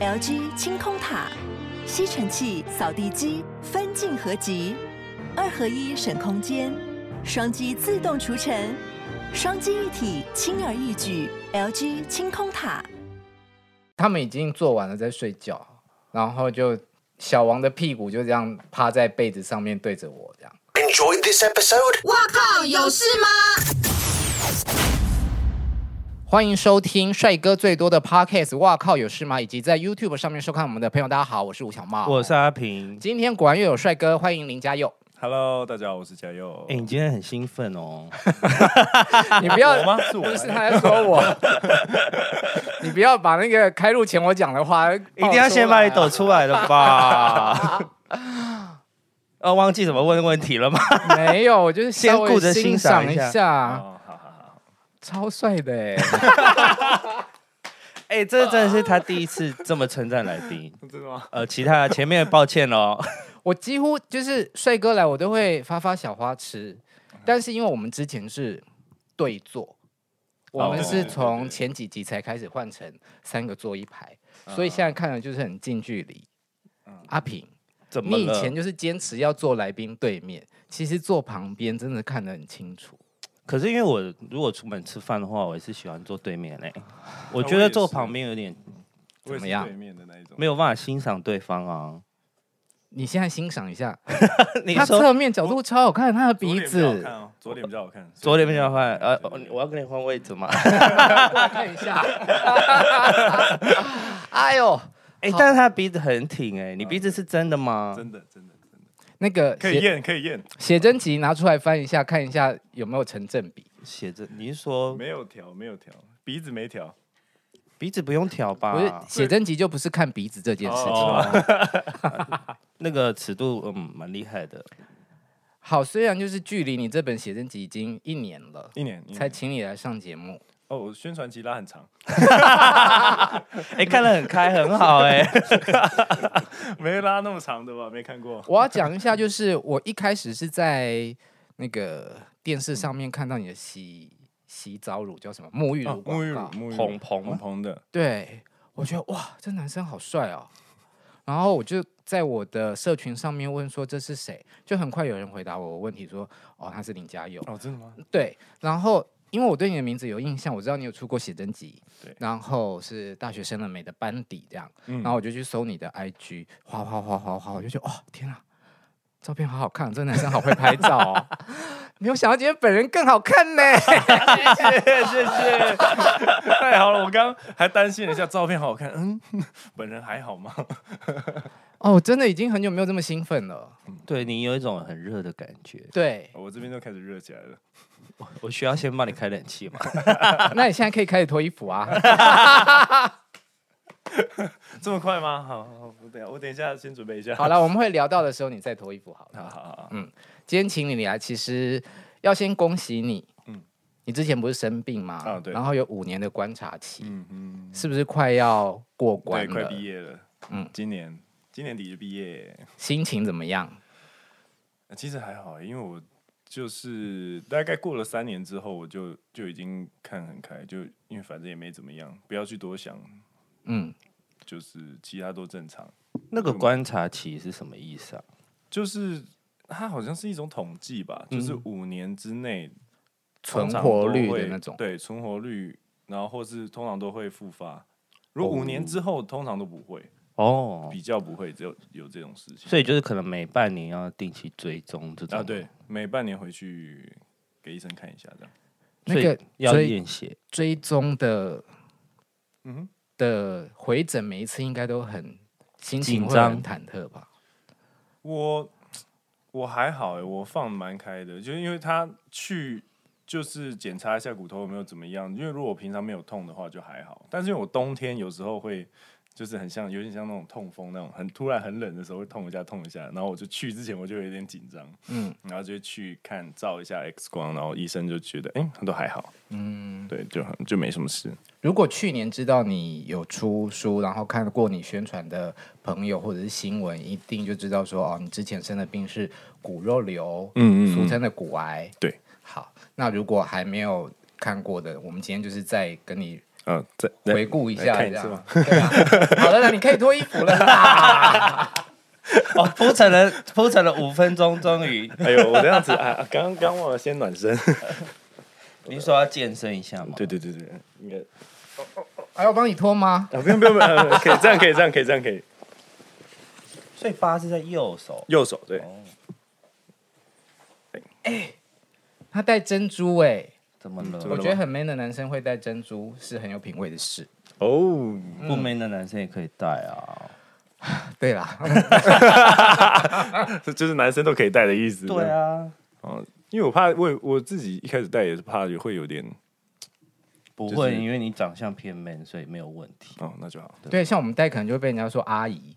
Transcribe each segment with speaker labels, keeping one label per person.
Speaker 1: LG 清空塔、吸尘器、扫地机分镜合集，二合一省空间，双击自动除尘，双击一体轻而易举。LG 清空塔。
Speaker 2: 他们已经做完了在睡觉，然后就小王的屁股就这样趴在被子上面对着我这样。
Speaker 3: Enjoyed this episode?
Speaker 4: 哇靠，有事吗？
Speaker 2: 欢迎收听帅哥最多的 Podcast，哇靠有事吗？以及在 YouTube 上面收看我们的朋友，大家好，我是吴小茂，
Speaker 5: 我是。阿平。
Speaker 2: 今天果然又有帅哥，欢迎林家 佑。
Speaker 6: Hello，大家好，我是嘉佑。
Speaker 5: 哎、你今天很兴奋哦！
Speaker 2: 你不要
Speaker 6: 我吗是我吗
Speaker 2: 不是他在说 我，你不要把那个开录前我讲的话，一
Speaker 5: 一定要先把你抖出来了 吧？呃，忘记怎么问问题了吗？
Speaker 2: 没有，我就是稍微
Speaker 5: 先顾着欣赏
Speaker 2: 欣
Speaker 5: 一下
Speaker 2: 一下，
Speaker 6: 哦，好好好，
Speaker 2: 超帅的哎，
Speaker 5: 哎、这真的是他第一次这么称赞来 宾。
Speaker 6: 真的吗？
Speaker 5: 呃，其他前面抱歉哦喽。
Speaker 2: 我几乎就是帅哥来，我都会发发小花痴，
Speaker 6: 嗯
Speaker 2: 但是因为我们之前是对坐，我们
Speaker 5: 哦
Speaker 2: 是
Speaker 6: 对对对
Speaker 2: 从
Speaker 6: 对
Speaker 2: 前几集才开始换成三个坐一排，
Speaker 6: 嗯
Speaker 2: 所以现在看的就是很近距离。阿平，
Speaker 5: 怎么
Speaker 2: 你以
Speaker 5: 了？
Speaker 2: 前就是坚持要坐来宾对面，其实坐旁边真的看得很清楚。
Speaker 5: 可是因为我如果出门吃饭的话，我也是喜欢坐对面 嘞、我
Speaker 6: 我
Speaker 5: 觉得
Speaker 6: 也是
Speaker 5: 坐旁边有点
Speaker 6: 我
Speaker 2: 怎
Speaker 6: 也是
Speaker 2: 么样
Speaker 6: 对面的那一种，
Speaker 5: 没有办法欣赏对方啊。
Speaker 2: 你现在欣赏一下，
Speaker 5: 你
Speaker 2: 他
Speaker 5: 说
Speaker 2: 侧面角度超好看，他的
Speaker 6: 左
Speaker 2: 鼻
Speaker 6: 脸比较好
Speaker 2: 子
Speaker 6: 看，哦，左脸比较好看，
Speaker 5: 左脸比较坏，呃，
Speaker 6: 对
Speaker 5: 我
Speaker 6: 对对
Speaker 5: 我要跟你换位置 吗？
Speaker 2: 看一 下。哎呦，
Speaker 5: 哎、
Speaker 2: 好
Speaker 5: 但是他鼻子很挺哎、你鼻子是真的吗？
Speaker 6: 真的真的真的
Speaker 2: 那个
Speaker 6: 可以
Speaker 2: 写
Speaker 6: 验可以验，
Speaker 2: 写真集拿出来翻一下，看一下有没有成正比。
Speaker 5: 写着你是说
Speaker 6: 没有调没有调，鼻子没调，
Speaker 5: 鼻子不用调吧？
Speaker 6: 啊
Speaker 2: 不是写真集就不是看鼻子这件事情。
Speaker 6: 哦，
Speaker 5: 那个尺度，嗯，蛮厉害的。
Speaker 2: 好，虽然就是距离你这本写真集已经一年了，
Speaker 6: 一年一
Speaker 2: 才
Speaker 6: 年
Speaker 2: 请你来上节目。
Speaker 6: 哦，我宣传期拉很长，
Speaker 5: 哎、看得很开，很好哎、
Speaker 6: 没拉那么长的吧？没看过，
Speaker 2: 我要讲一下，就是我一开始是在那个电视上面看到你的洗洗澡乳叫什么沐浴
Speaker 6: 哦
Speaker 2: 乳广告，
Speaker 6: 沐浴乳沐浴乳
Speaker 5: 蓬蓬
Speaker 6: 蓬蓬的，
Speaker 2: 对，我觉得哇，这男生好帅哦。然后我就在我的社群上面问说这是谁，就很快有人回答我问题说哦他是林佳佑。
Speaker 6: 哦，真的吗？
Speaker 2: 对，然后因为我对你的名字有印象，我知道你有出过写真集，
Speaker 6: 对
Speaker 2: 然后是大学生了没的班底这样，
Speaker 6: 嗯
Speaker 2: 然后我就去搜你的 IG，哗哗哗哗哗，我就觉得哦天啊，照片好好看，这男生好会拍照哦， 没有想到今天本人更好看呢。
Speaker 6: 谢谢谢，太好了，我刚刚还担心了一下，照片好好看，嗯， 本人还好吗？
Speaker 2: 哦，我真的已经很久没有这么兴奋了。
Speaker 5: 对你有一种很热的感觉，
Speaker 2: 对，
Speaker 6: 我这边就开始热起来了，
Speaker 5: 我需要先帮你开冷气吗？
Speaker 2: 那你现在可以开始脱衣服啊。
Speaker 6: 这么快吗？好，好好我等一下我等一下先准备一下，
Speaker 2: 好了，我们会聊到的时候你再脱衣服好了。
Speaker 6: 好好好，
Speaker 2: 今天请你来，其实要先恭喜你，嗯
Speaker 6: 嗯，
Speaker 2: 你之前不是生病吗？
Speaker 6: 啊对
Speaker 2: 然后有五年的观察期，
Speaker 6: 嗯嗯，
Speaker 2: 是不是快要过关
Speaker 6: 对，
Speaker 2: 了？
Speaker 6: 快毕业了，
Speaker 2: 嗯
Speaker 6: 嗯，今年今年底就毕业、
Speaker 2: 心情怎么样？
Speaker 6: 呃其实还好、因为我就是大概过了三年之后，我就就已经看很开，就因为反正也没怎么样，不要去多想，
Speaker 2: 嗯，
Speaker 6: 就是其他都正常。
Speaker 5: 那个观察期是什么意思啊？
Speaker 6: 就是它好像是一种统计吧，就是五年之内
Speaker 2: 嗯存
Speaker 6: 通常
Speaker 2: 活
Speaker 6: 都
Speaker 2: 率的
Speaker 6: 会
Speaker 2: 那种
Speaker 6: 对，存活率，然后或是通常都会复发。如果五年
Speaker 2: 哦
Speaker 6: 之后，通常都不会，
Speaker 5: 哦，
Speaker 6: 比较不会，只有有这种事情。
Speaker 5: 所以就是可能每半年要定期追踪这种
Speaker 6: 啊，对，，每半年回去给医生看一下，这样。
Speaker 2: 那
Speaker 5: 所
Speaker 2: 个
Speaker 5: 以要
Speaker 2: 追
Speaker 5: 验血。
Speaker 2: 追踪的
Speaker 6: 嗯哼，
Speaker 2: 的回诊，每一次应该都很心情
Speaker 5: 紧
Speaker 2: 会很
Speaker 5: 张
Speaker 2: 忐忑吧？
Speaker 6: 我我还好哎、我放蛮开的，就是因为他去就是检查一下骨头有没有怎么样，因为如果我平常没有痛的话就还好，但是因为我冬天有时候会。就是很像，有点像那种痛风那种，很突然很冷的时候会痛一下痛一下，然后我就去之前我就有点紧张，
Speaker 2: 嗯
Speaker 6: 嗯，然后就去看照一下 X 光，然后医生就觉得，哎、都还好，嗯，对，就很就没什么事，
Speaker 2: 如果去年知道你有出书，然后看过你宣传的朋友或者是新闻，一定就知道说哦，你之前生的病是骨肉瘤，
Speaker 6: 嗯嗯嗯
Speaker 2: 俗称的骨癌。
Speaker 6: 对，
Speaker 2: 好，那如果还没有看过的，我们今天就是再跟你
Speaker 6: 嗯，再再
Speaker 2: 回顾一
Speaker 6: 来
Speaker 2: 下，
Speaker 6: 看
Speaker 2: 这
Speaker 6: 一次吗
Speaker 2: 样。对啊，好了啦，你可以脱衣服了啦。
Speaker 5: 哦，铺陈了 铺陈了五分钟，终于
Speaker 6: 哎呦，我这样子啊，刚刚忘了先暖身。
Speaker 5: 你说要健身一下嘛？
Speaker 6: 对对对对，应该
Speaker 2: 还哎要帮你脱吗？
Speaker 6: 啊，不用不用不用，呃可以这样可以这样可以这样可以，
Speaker 5: 所以八是在右手，
Speaker 6: 右手对，
Speaker 5: 哦，
Speaker 2: 他戴珍珠哎、
Speaker 5: 怎么了？
Speaker 6: 嗯怎
Speaker 2: 我
Speaker 6: 么了
Speaker 2: 觉得很 man 的男生会戴珍珠是很有品味的事。
Speaker 6: 哦，
Speaker 5: 不 man 的男生也可以戴啊。
Speaker 2: 对啦，
Speaker 6: 这就是男生都可以戴的意思。
Speaker 5: 对，啊，
Speaker 6: 哦，因为我怕我我自己一开始戴也是怕也会有点，
Speaker 5: 不
Speaker 6: 就是
Speaker 5: 会，因为你长相偏 man，所以没有问 题。
Speaker 6: 哦，那就好。
Speaker 2: 对，像我们戴可能就会被人家说阿姨。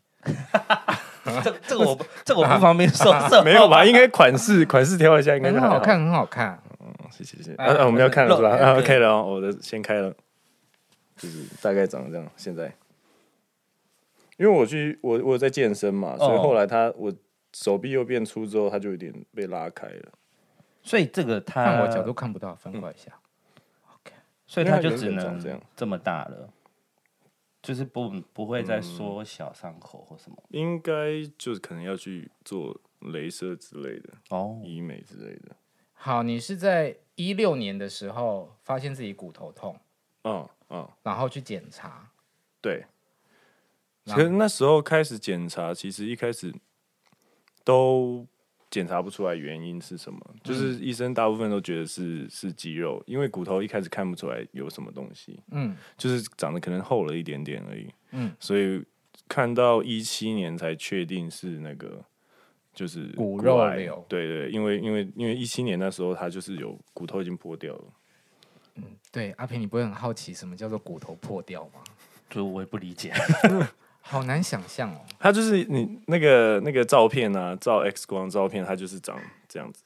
Speaker 5: 这这个我不这个我不方便说，这
Speaker 6: 没有吧？应该款式 款式挑一下，应该
Speaker 2: 很
Speaker 6: 就还
Speaker 2: 好看，。很好看。
Speaker 6: 谢谢谢谢。
Speaker 2: 哎
Speaker 6: 啊，啊我们要看了是吧？
Speaker 5: 露
Speaker 6: 啊
Speaker 5: 对
Speaker 6: ，OK 了哦，我的先开了，就是大概长这样。现在，因为我去我我有在健身嘛，所以
Speaker 5: 哦
Speaker 6: 后来他我手臂又变粗之后，他就有点被拉开了。
Speaker 5: 所以这个他
Speaker 2: 看我角度看不到，翻过来一下。
Speaker 5: 所以他就
Speaker 6: 因为它
Speaker 5: 只
Speaker 6: 原本长这
Speaker 5: 能
Speaker 6: 样
Speaker 5: 这么大了，就是不不会
Speaker 6: 嗯
Speaker 5: 再缩小伤口或什么。
Speaker 6: 应该就是可能要去做镭射之类的、
Speaker 5: 哦，
Speaker 6: 医美之类的。
Speaker 2: 好，你是在一六年的时候发现自己骨头痛，
Speaker 6: 嗯嗯，
Speaker 2: 然后去检查，
Speaker 6: 对。
Speaker 2: 然后
Speaker 6: 可是那时候开始检查，其实一开始都检查不出来原因是什么，
Speaker 2: 嗯
Speaker 6: 就是医生大部分都觉得是是肌肉，因为骨头一开始看不出来有什么东西，
Speaker 2: 嗯，
Speaker 6: 就是长得可能厚了一点点而已。
Speaker 2: 嗯，
Speaker 6: 所以看到一七年才确定是那个。就是
Speaker 2: 骨肉
Speaker 6: 癌
Speaker 2: 瘤
Speaker 6: 对对，因为因为因为一七年那时候他就是有骨头已经破掉了，
Speaker 2: 对，阿平，你不会很好奇什么叫做骨头破掉吗？
Speaker 5: 就我也不 理解。
Speaker 2: 好难想象哦。
Speaker 6: 他就是你那个那个照片啊，照 X 光照片，它就是长这样子，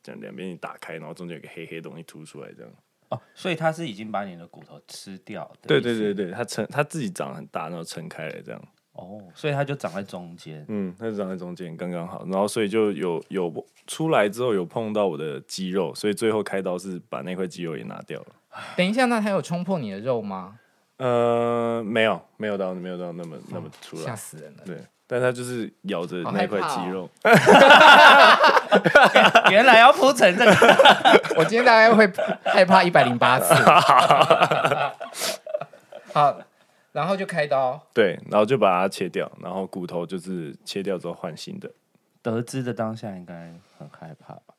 Speaker 6: 这样两边一打开，然后中间有个黑黑的东西凸出来，这样。
Speaker 5: 哦，所以他是已经把你的骨头吃掉的。
Speaker 6: 对对对。对，它撑它自己长很大，然后撑开来这样。
Speaker 5: 哦，所以它就长在中间。
Speaker 6: 嗯，它就长在中间刚刚好，然后所以就有有出来之后有碰到我的肌肉，所以最后开刀是把那块肌肉也拿掉了。
Speaker 2: 等一下，那他有冲破你的肉吗？
Speaker 6: 呃，没有没有到没有到那么那么出来，
Speaker 2: 吓死人了！
Speaker 6: 对，啊但它就是咬着
Speaker 2: 好
Speaker 6: 那
Speaker 2: 害
Speaker 6: 块
Speaker 2: 怕
Speaker 6: 肌
Speaker 2: 哦
Speaker 6: 肉。
Speaker 5: 原来要铺成 这个。
Speaker 2: 我今天大概会 害怕一百零八次。好，然后就开刀。
Speaker 6: 对，然后就把它切掉，然后骨头就是切掉之后换新的。
Speaker 5: 得知的当下应该很害怕吧？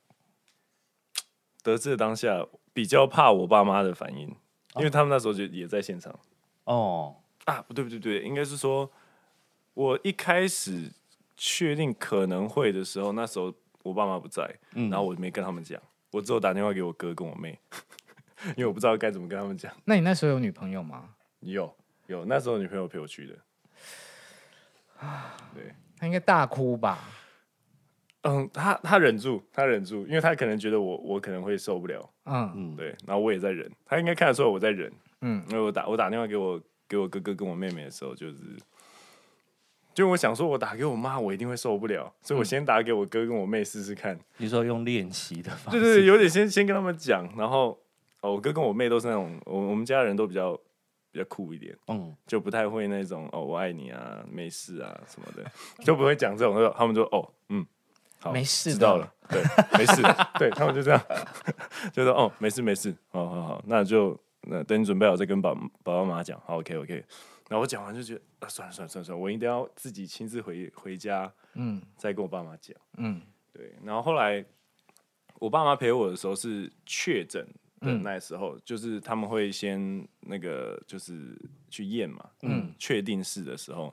Speaker 6: 得知的当下，比较怕我爸妈的反应，因为他们那时候就也在现场
Speaker 5: 哦，
Speaker 6: 哦啊，不对不对不对，应该是说，我一开始确定可能会的时候，那时候我爸妈不在，
Speaker 5: 嗯
Speaker 6: 然后我没跟他们讲，我只有打电话给我哥跟我妹， 因为我不知道该怎么跟他们讲。
Speaker 2: 那你那时候有女朋友吗？
Speaker 6: 有有，那时候女朋友陪我去 的，对。
Speaker 2: 她应该大哭吧？
Speaker 6: 嗯，他他忍住，他忍住，因为他可能觉得我我可能会受不了，
Speaker 2: 嗯
Speaker 5: 嗯，
Speaker 6: 对，然后我也在忍，他应该看得出来我在忍，
Speaker 2: 嗯，
Speaker 6: 因为我打我打电话给我给我哥哥跟我妹妹的时候，就是，就我想说，我打给我妈，我一定会受不了，所以我先打给我哥跟我妹试试看。
Speaker 5: 你说用练习的方
Speaker 6: 对
Speaker 5: 式，
Speaker 6: 对对，有点先先跟他们讲，然后哦，我哥跟我妹都是那种，我我们家人都比较比较酷一点，
Speaker 5: 嗯，
Speaker 6: 就不太会那种哦，我爱你啊，没事啊什么的， 就不会讲这种，就他们就哦，嗯，好，
Speaker 2: 没事的
Speaker 6: 知道了， 对，没事，对他们就这样， 就说哦，没事没事，好好好，那就那等你准备好再跟爸爸爸妈妈讲，好，OK OK，然后我讲完就觉得啊，算了算了算了算了，我一定要自己亲自回回家
Speaker 2: 嗯
Speaker 6: 再跟我爸妈讲，
Speaker 2: 嗯
Speaker 6: 对，然后后来我爸妈陪我的时候是确诊。的
Speaker 2: 嗯
Speaker 6: 那时候、就是他们会先那个就是去验嘛，
Speaker 2: 嗯
Speaker 6: 确定是的时候，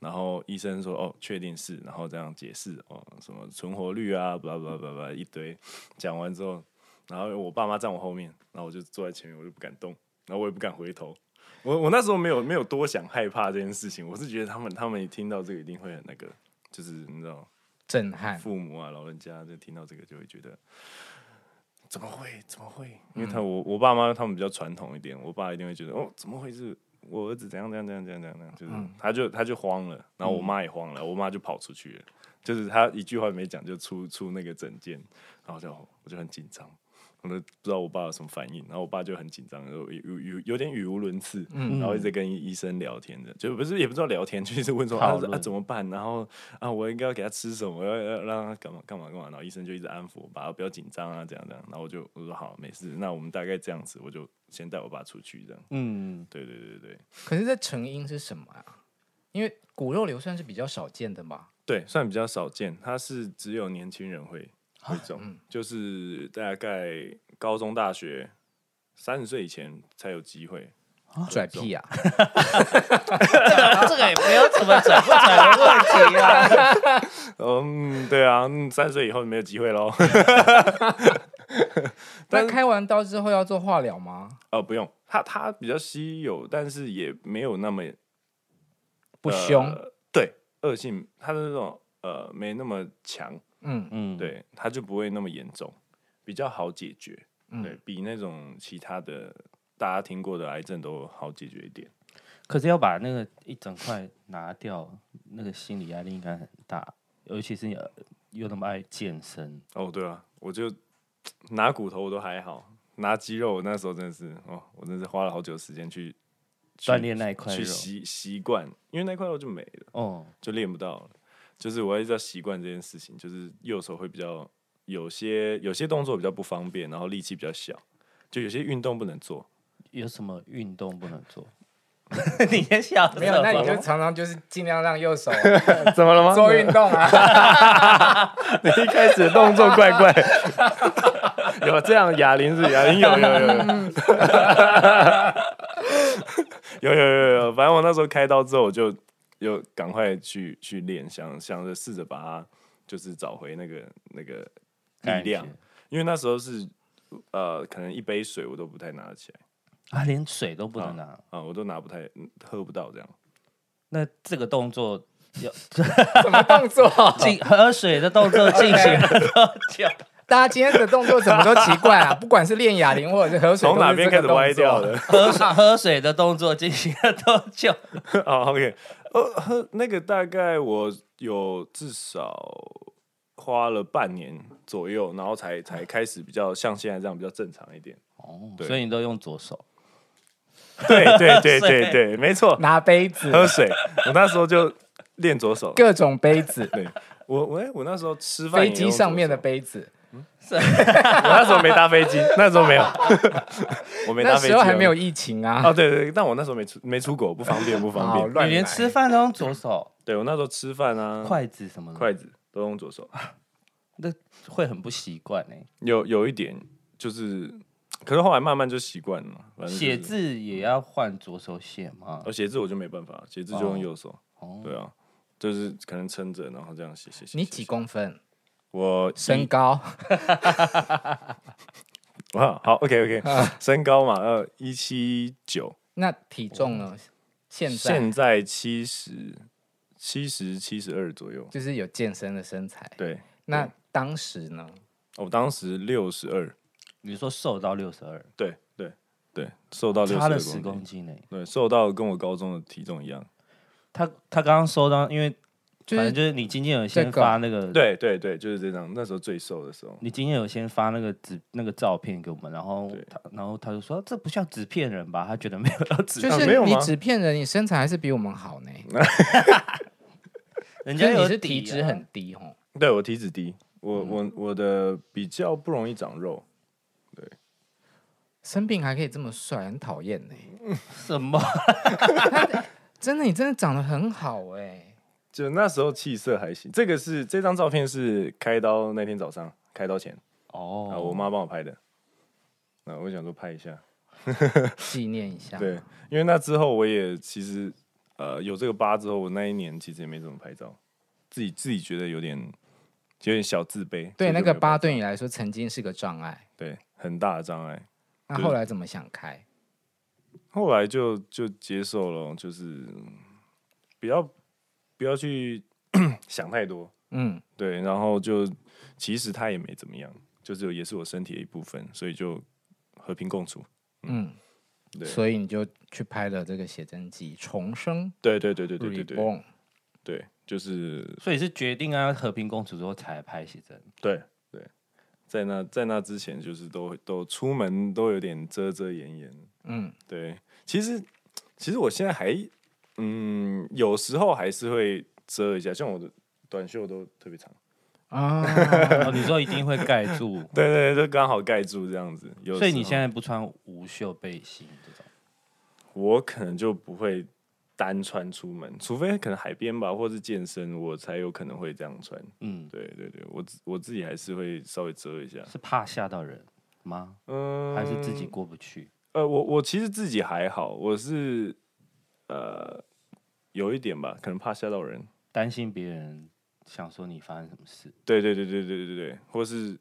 Speaker 6: 然后医生说哦确定是，然后这样解释哦什么存活率啊，巴拉巴拉巴拉一堆，讲完之后，然后我爸妈站我后面，然后我就坐在前面，我就不敢动，然后我也不敢回头。我我那时候没有没有多想害怕这件事情，我是觉得他们他们一听到这个一定会很那个，就是你知道
Speaker 2: 震撼。
Speaker 6: 父母啊老人家就听到这个就会觉得怎么会怎么会？因为他我我爸妈他们比较传统一点，我爸一定会觉得哦怎么会是我儿子怎样怎样怎样怎样怎样怎样，就是、他就他就慌了，然后我妈也慌了，我妈就跑出去了，就是他一句话没讲就出出那个诊间，然后就我就很紧张，我都不知道我爸有什么反应，然后我爸就很紧张，然后有有有点语无伦次，
Speaker 5: 嗯
Speaker 6: 然后一直跟医生聊天的，就不是也不知道聊天， 就是问说啊
Speaker 5: 讨论
Speaker 6: 啊怎么办，然后啊我应该要给他吃什么，我要要让他干嘛干嘛干嘛，然后医生就一直安抚我爸，不要紧张啊，这样这样，然后我就我说好没事，那我们大概这样子，我就先带我爸出去这样，
Speaker 5: 嗯，
Speaker 6: 对对对对
Speaker 2: 可是这成因是什么啊？因为骨肉瘤算是比较少见的嘛，
Speaker 6: 对，算比较少见，它是只有年轻人会会中，
Speaker 2: 啊嗯
Speaker 6: 就是大概高中大学三十岁以前才有机会。
Speaker 2: 拽屁啊！
Speaker 5: 这个也没有怎么转不转的问题啊。
Speaker 6: 嗯，对啊，三十岁以后没有机会喽。
Speaker 2: 那开完刀之后要做化疗吗？
Speaker 6: 哦，不用，它它比较稀有，但是也没有那么
Speaker 2: 不凶，
Speaker 6: 呃对，恶性它的那种呃没那么强，
Speaker 2: 嗯，
Speaker 5: 嗯，，
Speaker 6: 对，它就不会那么严重，比较好解决，
Speaker 2: 嗯
Speaker 6: 对比那种其他的大家听过的癌症都好解决一点。
Speaker 5: 可是要把那个一整块拿掉，那个心理压力应该很大，尤其是你呃又那么爱健身，
Speaker 6: 哦，对啊，我就拿骨头我都还好，拿肌肉我那时候真的是哦，我真是花了好久时间去去
Speaker 5: 锻炼那一块
Speaker 6: 去
Speaker 5: 肉。
Speaker 6: 习习惯，因为那块肉就没了。
Speaker 5: 哦，
Speaker 6: 就练不到了。就是我一直要习惯这件事情，就是右手会比较有些有些动作比较不方便，然后力气比较小，就有些运动不能做。
Speaker 5: 有什么运动不能 做？你先笑什么
Speaker 2: 没有，那你就常常就是尽量让右手
Speaker 6: 怎么了
Speaker 2: 做运动啊。
Speaker 6: 你一开始动作怪怪， 有这样哑铃是哑铃有有有有。 有有有有，反正我那时候开刀之后，我就又赶快去去练，想想着试着把它就是找回那个那个力
Speaker 5: 感觉
Speaker 6: 量，因为那时候是呃，可能一杯水我都不太拿得起来
Speaker 5: 啊，连水都不能拿。
Speaker 6: 啊、我都拿不太嗯喝不到这样。
Speaker 5: 那这个动作要
Speaker 2: 什么动作？
Speaker 5: 进喝水的动作进 行了多久？
Speaker 2: 大家今天的动作怎么都奇怪啊！不 管是练哑铃或者是喝水，
Speaker 6: 从哪边开始歪掉
Speaker 2: 的？
Speaker 6: 的？
Speaker 5: 喝水喝水的动作进行了多久？
Speaker 6: 哦，OK，呃，呵那个大概我有至少花了半年左右，然后才才开始比较像现在这样比较正常一点。
Speaker 5: 哦，
Speaker 6: 对
Speaker 5: 所以你都用 左手。
Speaker 6: 对对对
Speaker 5: 对
Speaker 6: 对对，没错，
Speaker 2: 拿杯子，
Speaker 6: 喝水。我那时候就练左手，
Speaker 2: 各种杯子，
Speaker 6: 对我我我那时候吃饭也
Speaker 2: 飞
Speaker 6: 用
Speaker 2: 机上面的
Speaker 6: 左手，
Speaker 2: 杯子。
Speaker 6: 我那时候没搭飞机，那时候没有， 我没搭
Speaker 2: 那
Speaker 6: 飞机，
Speaker 2: 时候还没有。疫情啊，
Speaker 6: 哦，对对，对但我那时候没出没出国，不方便不方
Speaker 2: 好
Speaker 6: 便。
Speaker 2: 乱
Speaker 5: 你连
Speaker 2: 来嗯
Speaker 5: 吃饭都用左手，
Speaker 6: 对我那时候吃饭啊，
Speaker 5: 筷子什么的，
Speaker 6: 筷子都用左手。
Speaker 5: 那会很不习惯哎。
Speaker 6: 有有一点就是，可是后来慢慢就习惯了。反正就是嗯
Speaker 5: 写，字也要换左手写吗
Speaker 6: 哦，？写字我就没办法，写字就用右手。
Speaker 5: 哦，
Speaker 6: 对啊，就是可能撑着，然后这样写写写。
Speaker 2: 你
Speaker 6: 写
Speaker 2: 几
Speaker 6: 写
Speaker 2: 公分？
Speaker 6: 我
Speaker 2: 身
Speaker 6: 一
Speaker 2: 高？
Speaker 6: 哇，啊好，OK
Speaker 5: 啊
Speaker 6: OK，身高嘛，呃，一七九，
Speaker 2: 那体重呢？现在
Speaker 6: 现在七十七十七十二左右。
Speaker 2: 就是有健身的身材。
Speaker 6: 对，
Speaker 2: 那当时呢？
Speaker 6: 我当时六十二，
Speaker 5: 你说瘦到六十二，
Speaker 6: 对对对，瘦到六
Speaker 5: 差了十
Speaker 6: 十
Speaker 5: 公，斤哎。
Speaker 6: 对，瘦到跟我高中的体重一样。
Speaker 5: 他他刚刚收到，因为
Speaker 2: 就
Speaker 5: 反正
Speaker 2: 是
Speaker 5: 就是你今天
Speaker 2: 这
Speaker 5: 有先
Speaker 2: 个
Speaker 5: 发那个，
Speaker 6: 对对对，就是这样，那时候最瘦的时候。
Speaker 5: 你今天有先发那个纸那个照片给我们，然后
Speaker 6: 对
Speaker 5: 他然后他就说这不像纸片人吧？他觉得没有到纸
Speaker 2: 就
Speaker 5: 片
Speaker 6: 啊
Speaker 5: 人，
Speaker 6: 没
Speaker 2: 是
Speaker 6: 有
Speaker 2: 你
Speaker 6: 吗
Speaker 2: 纸片人，你身材还是比我们好呢。
Speaker 5: 人
Speaker 2: 就
Speaker 5: 家
Speaker 2: 是
Speaker 5: 有
Speaker 2: 你是
Speaker 5: 底
Speaker 2: 体
Speaker 5: 啊
Speaker 2: 脂很低吼，
Speaker 6: 对我体脂低，
Speaker 2: 嗯
Speaker 6: 我、我我的比较不容易长肉，
Speaker 2: 生病还可以这么帅，很讨厌呢。
Speaker 5: 什么？
Speaker 2: 真的，你真的长得很好哎。
Speaker 6: 就那时候气色还行。这个是这张照片是开刀那天早上，开刀前啊，我
Speaker 5: 哦，
Speaker 6: 妈帮我拍的。那我想说拍一下，
Speaker 2: 纪念一下。
Speaker 6: 对，因为那之后我也其实呃有这个疤之后，我那一年其实也没怎么拍照，自己自己觉得有点有点小自卑。所以
Speaker 2: 对，
Speaker 6: 就
Speaker 2: 那个
Speaker 6: 没有拍
Speaker 2: 疤对你来说曾经是个障碍，
Speaker 6: 对很大的障碍，
Speaker 2: 那
Speaker 6: 对
Speaker 2: 后来怎么想开？
Speaker 6: 后来就就接受了，就是嗯不要不要去 想太多，
Speaker 2: 嗯，
Speaker 6: 对，然后就其实他也没怎么样，就是也是我身体的一部分，所以就和平共处。
Speaker 2: 嗯，
Speaker 6: 对
Speaker 2: 所以你就去拍了这个写真集《重生
Speaker 6: 对对对对对对对
Speaker 2: Reborn》，
Speaker 6: 对，就是
Speaker 5: 所以是决定啊和平共处之后才拍写真，
Speaker 6: 对对，在那在那之前，就是都都出门都有点遮遮掩掩。
Speaker 2: 嗯，
Speaker 6: 对，其实其实我现在还嗯，有时候还是会遮一下，像我的短袖都特别长，，
Speaker 2: 啊，
Speaker 5: 哦，你说一定会盖住
Speaker 6: 对对对，就刚好盖住这样子。 有
Speaker 5: 所以你
Speaker 6: 时候
Speaker 5: 现在不穿无袖背心这种，
Speaker 6: 我可能就不会单穿出门，除非可能海边吧，或是健身，我才有可能会这样穿。
Speaker 5: 嗯，
Speaker 6: 对对对，我自我自己还是会稍微遮一下。
Speaker 5: 是怕吓到人吗？
Speaker 6: 嗯，
Speaker 5: 还是自己过不去？
Speaker 6: 呃，我我其实自己还好，我是呃有一点吧，可能怕吓到人。
Speaker 5: 担心别人想说你发生什么事？
Speaker 6: 对对对对对对对，或是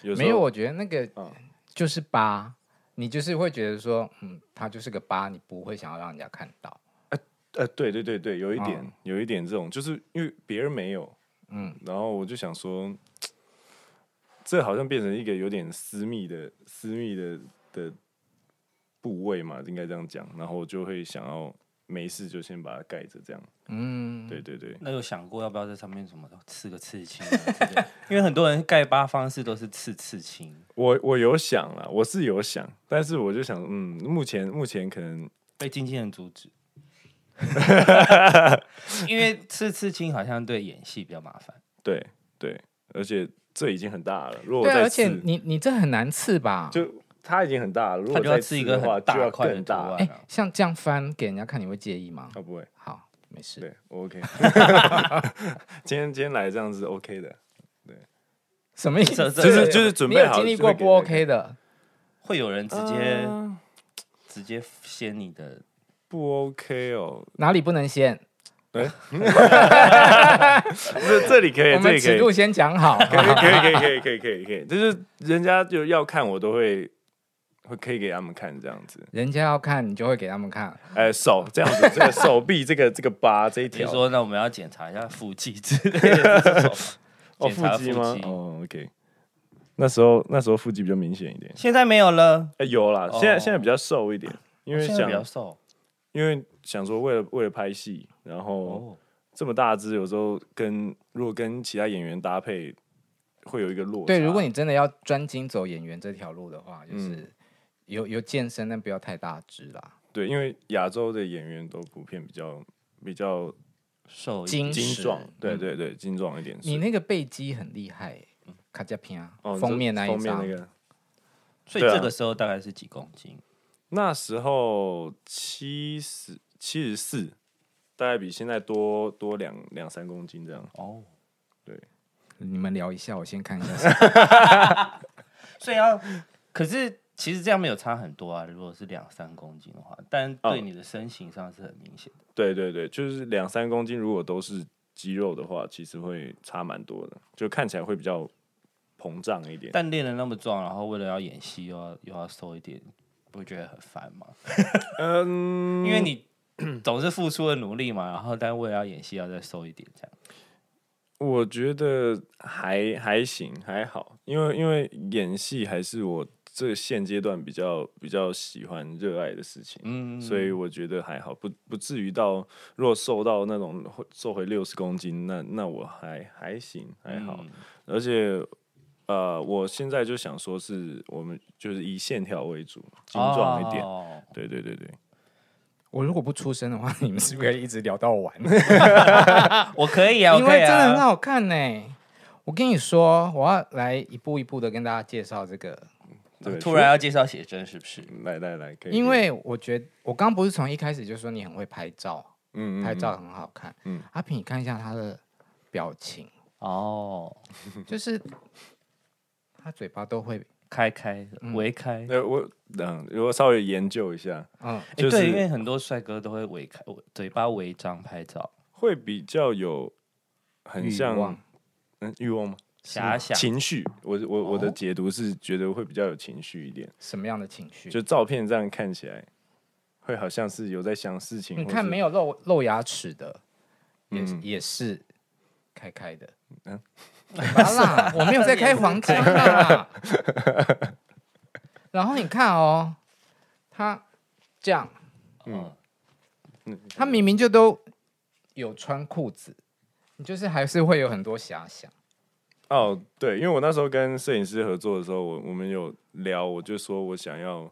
Speaker 6: 有时候
Speaker 2: 没有，我觉得那个
Speaker 6: 嗯
Speaker 2: 就是疤，你就是会觉得说，嗯，它就是个疤，你不会想要让人家看到。
Speaker 6: 呃，对对对对，有一点、
Speaker 2: 嗯
Speaker 6: 有一点这种，就是因为别人没有，
Speaker 2: 嗯，
Speaker 6: 然后我就想说，这好像变成一个有点私密的私密的的部位嘛，应该这样讲，然后我就会想要没事就先把它盖着，这样，
Speaker 2: 嗯，
Speaker 6: 对对对，
Speaker 5: 那有想过要不要在上面什么的刺个刺青啊之 类的？因为很多人盖疤方式都是刺刺青，
Speaker 6: 我我有想啦，我是有想，但是我就想，嗯，目前目前可能
Speaker 5: 被经纪人阻止。 因为刺刺青好像对演戏比较麻烦，
Speaker 6: 对对，而且这已经很大了，如果
Speaker 2: 对
Speaker 6: 我
Speaker 2: 啊，
Speaker 6: 再
Speaker 2: 而且
Speaker 6: 刺，
Speaker 2: 你你这很难刺吧？
Speaker 6: 就它已经很大了，如
Speaker 5: 它
Speaker 6: 果
Speaker 5: 就要
Speaker 6: 再
Speaker 5: 刺一
Speaker 6: 刺
Speaker 5: 个
Speaker 6: 的
Speaker 5: 很
Speaker 6: 话，
Speaker 5: 大
Speaker 6: 就要
Speaker 5: 块的
Speaker 6: 更
Speaker 5: 图
Speaker 6: 大
Speaker 5: 案
Speaker 6: 了，
Speaker 2: 哎，像这样翻给人家看，你会介意吗？
Speaker 6: 啊，不会。
Speaker 2: 好，没事。
Speaker 6: 对，我 OK。今天今天来这样子 OK 的，
Speaker 2: 什么意思？
Speaker 5: 这这就是
Speaker 6: 就是准备
Speaker 2: 你有
Speaker 6: 好
Speaker 2: 经历
Speaker 6: 准备
Speaker 2: 过
Speaker 6: 给
Speaker 2: 不
Speaker 6: 人家
Speaker 2: OK 的？
Speaker 5: 会有人直接、
Speaker 6: 啊
Speaker 5: 直接掀你的
Speaker 6: 不 OK 哦。
Speaker 2: 哪里不能先？
Speaker 6: 这这里 可以，
Speaker 2: 我
Speaker 6: 这
Speaker 2: 们
Speaker 6: 里可
Speaker 2: 尺
Speaker 6: 以，
Speaker 2: 度先讲好。
Speaker 6: 可以可以可以可以可以可以可以，就是人家就要看我都会会可以给他们看这样子。
Speaker 2: 人家要看，你就会给他们 看。
Speaker 6: 哎，手这样子，这个手臂这个这个疤这一
Speaker 5: 比如
Speaker 6: 条，
Speaker 5: 说，那我们要检查一下腹肌之类 的这种嘛，
Speaker 6: 哦
Speaker 5: 检查
Speaker 6: 肌
Speaker 5: 腹
Speaker 6: 吗
Speaker 5: 肌？
Speaker 6: 哦 OK。那时候那时候腹肌比较明显一点，
Speaker 5: 现在没有了，
Speaker 6: 哎有啦，现在
Speaker 5: 哦
Speaker 6: 现在比较瘦一点，因为
Speaker 5: 现在
Speaker 6: 想
Speaker 5: 比较瘦
Speaker 6: 因为想说为了为了拍戏，然后。
Speaker 5: 哦，
Speaker 6: 这么大只，有时候跟如果跟其他演员搭配，会有一个落差。
Speaker 2: 对，如果你真的要专精走演员这条路的话，就是
Speaker 6: 嗯
Speaker 2: 有有健身，但不要太大只啦。
Speaker 6: 对，因为亚洲的演员都普遍比较比较
Speaker 5: 瘦一
Speaker 2: 精
Speaker 5: 点
Speaker 6: 精
Speaker 2: 实
Speaker 6: 壮，对
Speaker 2: 嗯
Speaker 6: 对对，精壮一点。
Speaker 2: 你
Speaker 6: 是
Speaker 2: 那个背肌很厉害欸，卡加平啊
Speaker 6: 嗯哦，
Speaker 2: 封
Speaker 6: 这
Speaker 2: 面那一
Speaker 6: 封面
Speaker 2: 张
Speaker 6: 那，个，
Speaker 5: 所以
Speaker 6: 对啊
Speaker 5: 这个时候大概是几公斤？
Speaker 6: 那时候七十七十四，大概比现在多多两两三公斤这样。
Speaker 5: 哦，
Speaker 2: 你们聊一下，我先看一下。
Speaker 5: 所以要，可是其实这样没有差很多啊。如果是两三公斤的话，但
Speaker 6: 哦
Speaker 5: 对你的身形上是很明显的。
Speaker 6: 对对对，就是两三公斤，如果都是肌肉的话，其实会差蛮多的，就看起来会比较膨胀一点。
Speaker 5: 但练的那么壮，然后为了要演戏又要又要瘦一点，不会觉得很烦吗？
Speaker 6: 嗯，
Speaker 5: 因为你 总是付出了努力嘛，然后但为了要演戏要再瘦一点这样。
Speaker 6: 我觉得还还行，还好，因为因为演戏还是我这现阶段比较比较喜欢、热爱的事情，
Speaker 5: 嗯，
Speaker 6: 所以我觉得还好，不不至于到如果瘦到那种会瘦回六十公斤，那那我还还行，还好，
Speaker 5: 嗯
Speaker 6: 而且。呃，我现在就想说，是我们就是以线条为主，精壮一点。
Speaker 5: 哦
Speaker 6: 对对对对，
Speaker 2: 我如果不出声的话，你们是不是可以一直聊到 晚？
Speaker 6: 哦
Speaker 5: 我可以啊，我
Speaker 2: 因
Speaker 5: 可
Speaker 2: 为
Speaker 5: 以
Speaker 2: 真的很
Speaker 5: 啊。
Speaker 2: 好看呢、我跟你说，我要来一步一步的跟大家介绍这个，
Speaker 6: 对
Speaker 5: 突然要介绍写真是不是？
Speaker 6: 来来来，可以。
Speaker 2: 因为我觉得我刚不是从一开始就说你很会拍照，
Speaker 6: 嗯嗯
Speaker 2: 拍
Speaker 6: 嗯
Speaker 2: 照很好看。
Speaker 6: 嗯
Speaker 2: 阿平，你看一下他的表情，
Speaker 5: 哦，
Speaker 6: 嗯
Speaker 2: 就是他嘴巴都会，
Speaker 5: 开开围开，
Speaker 6: 呃，我嗯，我稍微研究一下，
Speaker 2: 嗯，
Speaker 5: 诶
Speaker 6: 就是
Speaker 5: 对，因为很多帅哥都会围开嘴巴围张拍照，
Speaker 6: 会比较有很
Speaker 2: 欲
Speaker 6: 像
Speaker 2: 望
Speaker 6: 嗯欲望吗？
Speaker 5: 遐想
Speaker 6: 情绪，我我我的
Speaker 5: 哦
Speaker 6: 解读是觉得会比较有情绪一点，
Speaker 2: 什么样的情绪？
Speaker 6: 就照片这样看起来，会好像是有在想事情。
Speaker 2: 你看没
Speaker 6: 有？
Speaker 2: 有露露牙齿的，也、
Speaker 6: 嗯
Speaker 2: 也是开开的。嗯
Speaker 6: 嗯，
Speaker 2: 啦，我没有在开黄腔 啦。然后你看哦，他这样，哦
Speaker 5: 嗯，
Speaker 6: 嗯
Speaker 2: 他明明就都有穿裤子，你就是还是会有很多遐想。
Speaker 6: 哦，对，因为我那时候跟摄影师合作的时候，我我们有聊，我就说我想要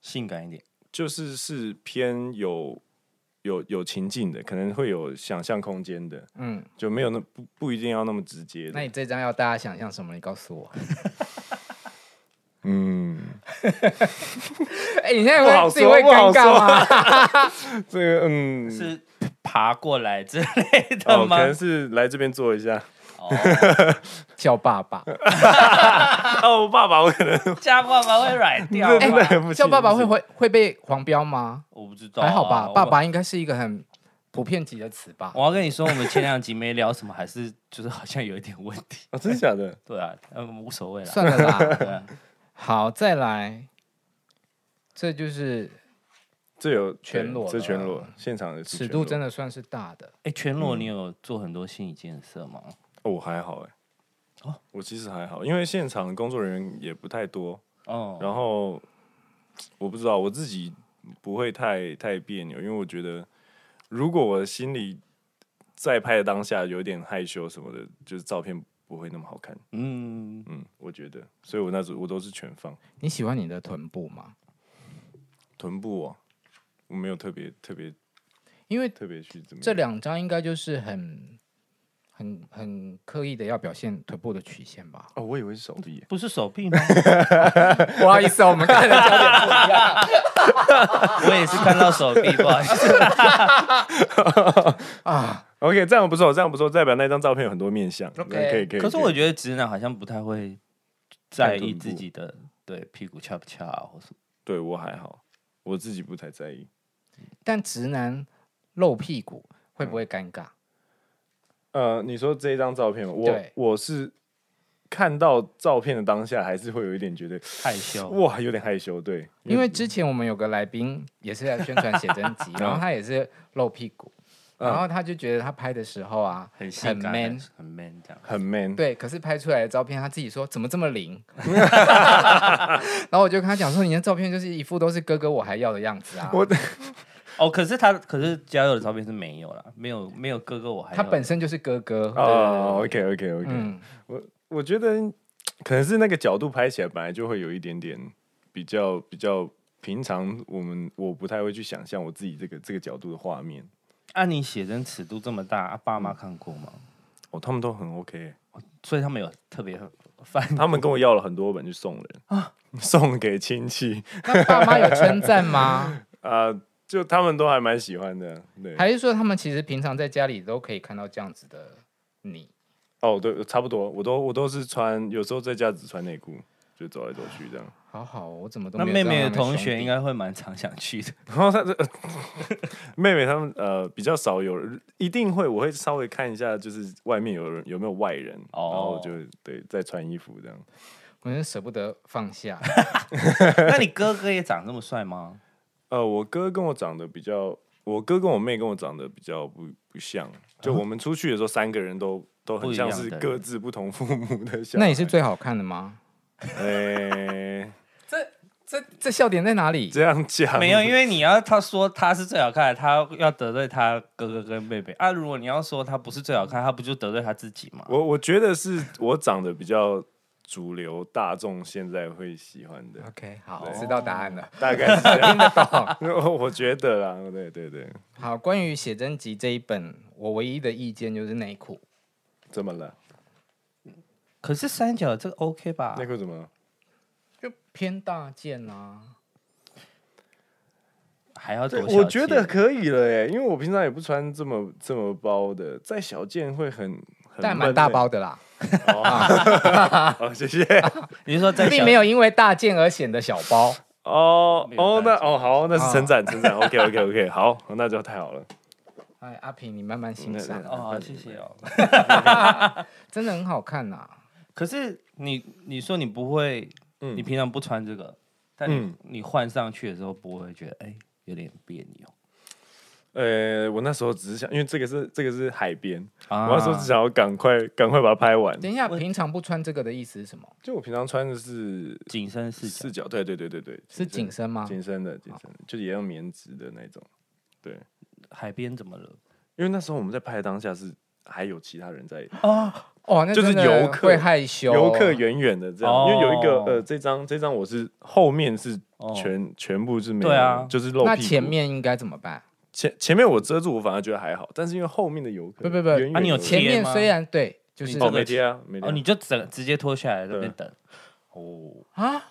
Speaker 5: 性感一点，
Speaker 6: 就是是偏有有有情境的，可能会有想象空间的，
Speaker 2: 嗯，
Speaker 6: 就没有那不不一定要那么直接
Speaker 2: 那
Speaker 6: 的。
Speaker 2: 你这张要大家想象什么？你告诉 我。
Speaker 6: 嗯，
Speaker 2: 哎、你现在
Speaker 6: 不好
Speaker 2: 会自己
Speaker 6: 说
Speaker 2: 会
Speaker 6: 不好
Speaker 2: 尴尬吗？
Speaker 6: 这个嗯
Speaker 5: 是爬过来之类的
Speaker 6: 哦，
Speaker 5: 吗
Speaker 6: 可？能是来这边坐一下。
Speaker 5: 哦，
Speaker 2: 叫爸爸，
Speaker 6: 哦，我爸爸，我可能
Speaker 5: 加爸爸会软掉
Speaker 6: 真
Speaker 5: 吧？
Speaker 6: 的不行
Speaker 2: 哎叫爸爸会
Speaker 6: 不行
Speaker 2: 会会被黄标吗？
Speaker 5: 我不知道啊，
Speaker 2: 还好吧，
Speaker 5: 我
Speaker 2: 爸。爸应该是一个很普遍级的词吧。
Speaker 5: 我要跟你说，我们前两集没聊什么，还是就是好像有一点问题。
Speaker 6: 哦，真的假的？
Speaker 5: 对啊， 嗯，无所谓了。
Speaker 2: 算了 啦，
Speaker 5: 对啊，
Speaker 2: 好，再来，这就是
Speaker 6: 这有对
Speaker 2: 全裸
Speaker 6: 这
Speaker 2: 了
Speaker 6: 全裸，现场的是
Speaker 2: 尺
Speaker 6: 全
Speaker 2: 度
Speaker 6: 裸
Speaker 2: 真的算是大的。
Speaker 5: 哎，全
Speaker 2: 嗯
Speaker 5: 裸你有做很多心理建设吗？
Speaker 6: 哦，我还好哎、
Speaker 5: 哦
Speaker 6: 我其实还好，因为现场工作人员也不太多，
Speaker 5: 哦，
Speaker 6: 然后我不知道我自己不会太太别扭，因为我觉得如果我心里在拍的当下有点害羞什么的，就是照片不会那么好看。
Speaker 5: 嗯，
Speaker 6: 嗯，我觉得，所以我那时候我都是全放
Speaker 2: 你喜欢你的臀部吗？
Speaker 6: 臀部哦，我没有特别特别
Speaker 2: 因为
Speaker 6: 特别去怎么样。
Speaker 2: 这两张应该就是很、很、很刻意的要表现臀部的曲线吧
Speaker 6: 哦，我以为是手臂耶，
Speaker 5: 不是手 臂吗？
Speaker 2: 不好意思、哦，我们看的焦点 不一样。
Speaker 5: 我也是看到手臂，不好 意思。
Speaker 2: 啊
Speaker 6: OK，这样不错，这样不错，代表那张照片有很多面相。
Speaker 2: OK
Speaker 6: 可以可以。
Speaker 5: 可是
Speaker 6: 以
Speaker 5: 我觉得直男好像不太会在意
Speaker 6: 看臀部
Speaker 5: 自己的对屁股翘不翘啊，或什么。
Speaker 6: 对我还好，我自己不太在意。
Speaker 2: 但直男露屁股会不会尴尬？
Speaker 6: 呃，你说这一张照片吗？我
Speaker 2: 对
Speaker 6: 我是看到照片的当下，还是会有一点觉得
Speaker 5: 害
Speaker 2: 哦
Speaker 5: 羞
Speaker 6: 哇，有点害羞。对，
Speaker 2: 因
Speaker 5: 嗯
Speaker 2: 为之前我们有个来宾也是在宣传写真 集，然后他也是露屁股，然后他就觉得他拍的时候啊，
Speaker 5: 嗯很
Speaker 2: 很
Speaker 5: 性感
Speaker 2: man，
Speaker 5: 很 man 这样。
Speaker 6: 很 man。，
Speaker 2: 对，可是拍出来的照片他自己说怎么这么灵， 然后我就跟他讲说你的照片就是一副都是哥哥我还要的样子啊，
Speaker 6: 我
Speaker 5: 哦，可是他可是交友的照片是没有啦，没有没有哥哥我还
Speaker 2: 他
Speaker 5: 要
Speaker 2: 本身就是哥哥，
Speaker 6: 哦，OK OK OK，、
Speaker 2: 嗯，
Speaker 6: 我觉得可能是那个角度拍起来本来就会有一点点比较比较平常，我们我不太会去想象我自己这个这个角度的画面。
Speaker 5: 按啊你写真尺度这么大，啊爸妈看过吗？
Speaker 6: 哦，他们都很 OK 耶、
Speaker 5: 所以他们有特别翻
Speaker 6: 他们跟我要了很多本去送人啊，送给亲戚
Speaker 2: 那爸妈有称赞吗？
Speaker 6: 啊、就他们都还蛮喜欢的。对，
Speaker 2: 还是说他们其实平常在家里都可以看到这样子的你？
Speaker 6: 哦，对，差不多，我都我都是穿，有时候在家只穿内裤，就走来走去这样。
Speaker 2: 好好，哦我怎么都
Speaker 5: 那
Speaker 2: 没有
Speaker 5: 妹
Speaker 2: 知道
Speaker 5: 妹
Speaker 2: 他
Speaker 5: 的
Speaker 2: 们
Speaker 5: 同
Speaker 2: 兄
Speaker 5: 学
Speaker 2: 弟
Speaker 5: 应该会蛮常想去 的。
Speaker 6: 然后他这、呃 妹妹他们呃比较少有，一定会我会稍微看一下，就是外面有人有没有外人，
Speaker 5: 哦
Speaker 6: 然后我就对再穿衣服这样。
Speaker 2: 我真舍不得放下。
Speaker 5: 那你哥哥也长这么帅吗？
Speaker 6: 呃，我哥跟我长得比较，我哥跟我妹跟我长得比较不不像，就我们出去的时候三个人都都
Speaker 5: 啊不
Speaker 6: 很
Speaker 5: 一
Speaker 6: 像
Speaker 5: 样
Speaker 6: 是
Speaker 5: 的人
Speaker 6: 各自不同父母的小孩。
Speaker 2: 那你是最好看的吗？
Speaker 6: 哎、
Speaker 2: 这这笑点在哪里？
Speaker 6: 这样讲
Speaker 5: 没有，因为你要他说他是最好看的，他要得罪他哥哥跟妹妹啊。如果你要说他不是最好看，他不就得罪他自己吗？
Speaker 6: 我我觉得是我长得比较主流大众现在会喜欢的，
Speaker 2: OK，好，知道答案了。
Speaker 6: 大概是这 样我我觉得啦，对对对，
Speaker 2: 好，关于写真集这一本，我唯一的意见就是内裤。
Speaker 6: 怎么了？
Speaker 5: 可是三角这个 OK 吧？
Speaker 6: 内裤怎么了？
Speaker 2: 就偏大件啊，
Speaker 5: 还要多
Speaker 6: 对，
Speaker 5: 小气啊
Speaker 6: 我觉得可以了哎，因为我平常也不穿这么这么包的，再小件会很很
Speaker 2: 但
Speaker 6: 闷
Speaker 2: 蛮
Speaker 6: 欸
Speaker 2: 大包的啦，
Speaker 6: 哦，谢谢
Speaker 5: 你是说在
Speaker 2: 并
Speaker 5: 小
Speaker 2: 没有因为大件而显得小包。
Speaker 6: 哦
Speaker 5: 没有
Speaker 6: 哦，那
Speaker 5: 大件
Speaker 6: 哦好，那是成长成长，OK OK OK，好， 哦那就太好了。
Speaker 2: 哎，阿平，你慢慢欣赏
Speaker 6: 那，
Speaker 5: 哦，谢谢哦。
Speaker 2: 真的很好看呐、
Speaker 5: 可是你你说你不会，
Speaker 6: 嗯
Speaker 5: 你平常不穿这个，但你、
Speaker 6: 嗯
Speaker 5: 你换上去的时候不会觉得哎、有点别扭
Speaker 6: 呃，我那时候只是想，因为这个是这个是海边，
Speaker 5: 啊
Speaker 6: 我那时候只想要赶快赶快把它拍完。
Speaker 2: 等一下，
Speaker 5: 我
Speaker 2: 平常不穿这个的意思是什么？
Speaker 6: 就我平常穿的是
Speaker 5: 紧身视角
Speaker 6: 四角，对对对对对，
Speaker 2: 是紧身吗？
Speaker 6: 紧身的紧身的，就是也用棉质的那种。对，
Speaker 5: 海边怎么了？
Speaker 6: 因为那时候我们在拍的当下是还有其他人在
Speaker 2: 哦，那
Speaker 6: 就是
Speaker 2: 真的
Speaker 6: 游客
Speaker 2: 会害羞，
Speaker 6: 游客远远的这样，因为有一个
Speaker 5: 哦
Speaker 6: 呃，这张这张我是后面是
Speaker 5: 哦
Speaker 6: 全全部是没有，
Speaker 5: 对啊
Speaker 6: 就是露屁股。
Speaker 2: 那前面应该怎么办？
Speaker 6: 前前面我遮住，我反而觉得还好，但是因为后面的游客，
Speaker 2: 不不不
Speaker 6: 远远的
Speaker 5: 啊你有
Speaker 2: 前
Speaker 5: 贴
Speaker 2: 面
Speaker 5: 吗
Speaker 2: 虽然对，就是
Speaker 6: 哦
Speaker 5: 你这个
Speaker 6: 没贴啊，没贴
Speaker 5: 哦，
Speaker 6: 啊
Speaker 5: 你就整直接脱下来在那边等。哦，
Speaker 2: 啊，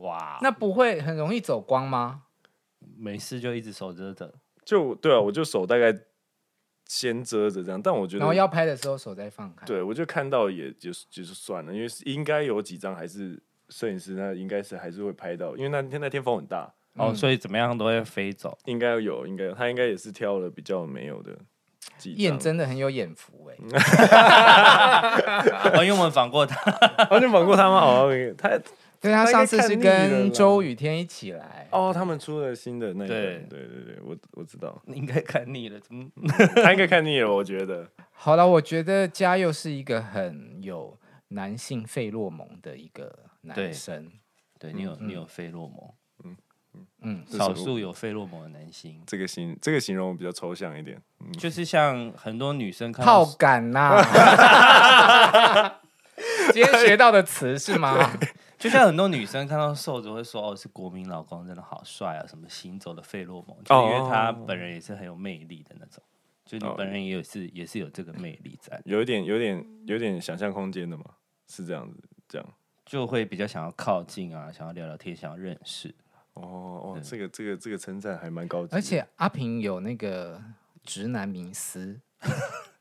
Speaker 5: 哇，
Speaker 2: 那不会很容易走光吗？
Speaker 5: 没事就一直手遮着。
Speaker 6: 就对啊，我就手大概先遮着这样，但我觉
Speaker 2: 然后
Speaker 6: 得，
Speaker 2: 要拍的时候手再放开。
Speaker 6: 对我就看到也就是就是算了，因为是应该有几张还是摄影师那应该是还是会拍到，因为那天那天风很大，
Speaker 5: 哦，所以怎么样都会飞走。
Speaker 6: 应该有应该有，他应该也是挑了比较没有的几张
Speaker 2: 燕， 真的很有眼福哎、
Speaker 6: 嗯
Speaker 5: 哦，因为我们访过他，
Speaker 6: 然后就吻过他哦们，好，OK，他
Speaker 2: 因为他上次是
Speaker 6: 大概看腻了
Speaker 2: 跟
Speaker 6: 啦
Speaker 2: 周雨天一起来，
Speaker 6: 哦，他们出了新的那一
Speaker 5: 对，
Speaker 6: 本对对对，我我知道
Speaker 5: 你应该看腻了。怎么？
Speaker 6: 嗯他应该看腻了，我觉得。
Speaker 2: 好了，我觉得嘉佑是一个很有男性费洛蒙的一个男
Speaker 5: 对
Speaker 2: 生，
Speaker 5: 对你有你有费洛蒙，
Speaker 2: 嗯，
Speaker 6: 这是
Speaker 5: 少
Speaker 6: 我
Speaker 5: 数有费洛蒙的男星，
Speaker 6: 这个形这个形容比较抽象一点，嗯，
Speaker 5: 就是像很多女生看
Speaker 2: 炮
Speaker 5: 到
Speaker 2: 感呐、 今天学到的词是 吗？
Speaker 5: 就像很多女生看到瘦子会说：“哦，是国民老公，真的好帅啊！”什么行走的费洛蒙，就是因为他本人也是很有魅力的那种，就你本人也有是也是有这个魅力在，
Speaker 6: 有一点有
Speaker 5: 嗯
Speaker 6: 点有点想象空间的嘛，是这样子，这样。
Speaker 5: 就会比较想要靠近啊，想要聊聊天，想要认识。
Speaker 6: 哦
Speaker 5: 嗯
Speaker 6: 哦，这个这个这个称赞还蛮高级的，
Speaker 2: 而且阿平有那个直男迷 思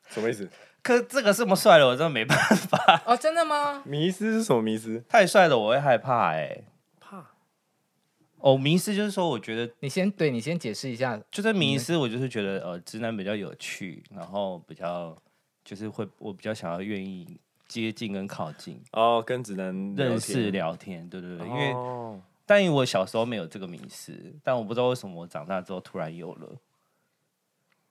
Speaker 6: 什么意思？
Speaker 5: 可这个这么帅的，我真的没办法，
Speaker 2: 哦，真的吗？
Speaker 6: 迷失是什么迷失？
Speaker 5: 太帅了我会害 怕哎、怕。哦，迷失就是说，我觉得
Speaker 2: 你先对你先解释一下，
Speaker 5: 就是迷失，我就是觉得呃，直男比较有趣，然后比较就是会我比较想要愿意接近跟靠近。
Speaker 6: 哦，跟直男聊
Speaker 5: 认识
Speaker 6: 天
Speaker 5: 聊天，对对对，因为
Speaker 6: 哦
Speaker 5: 但因为我小时候没有这个迷失，但我不知道为什么我长大之后突然有了，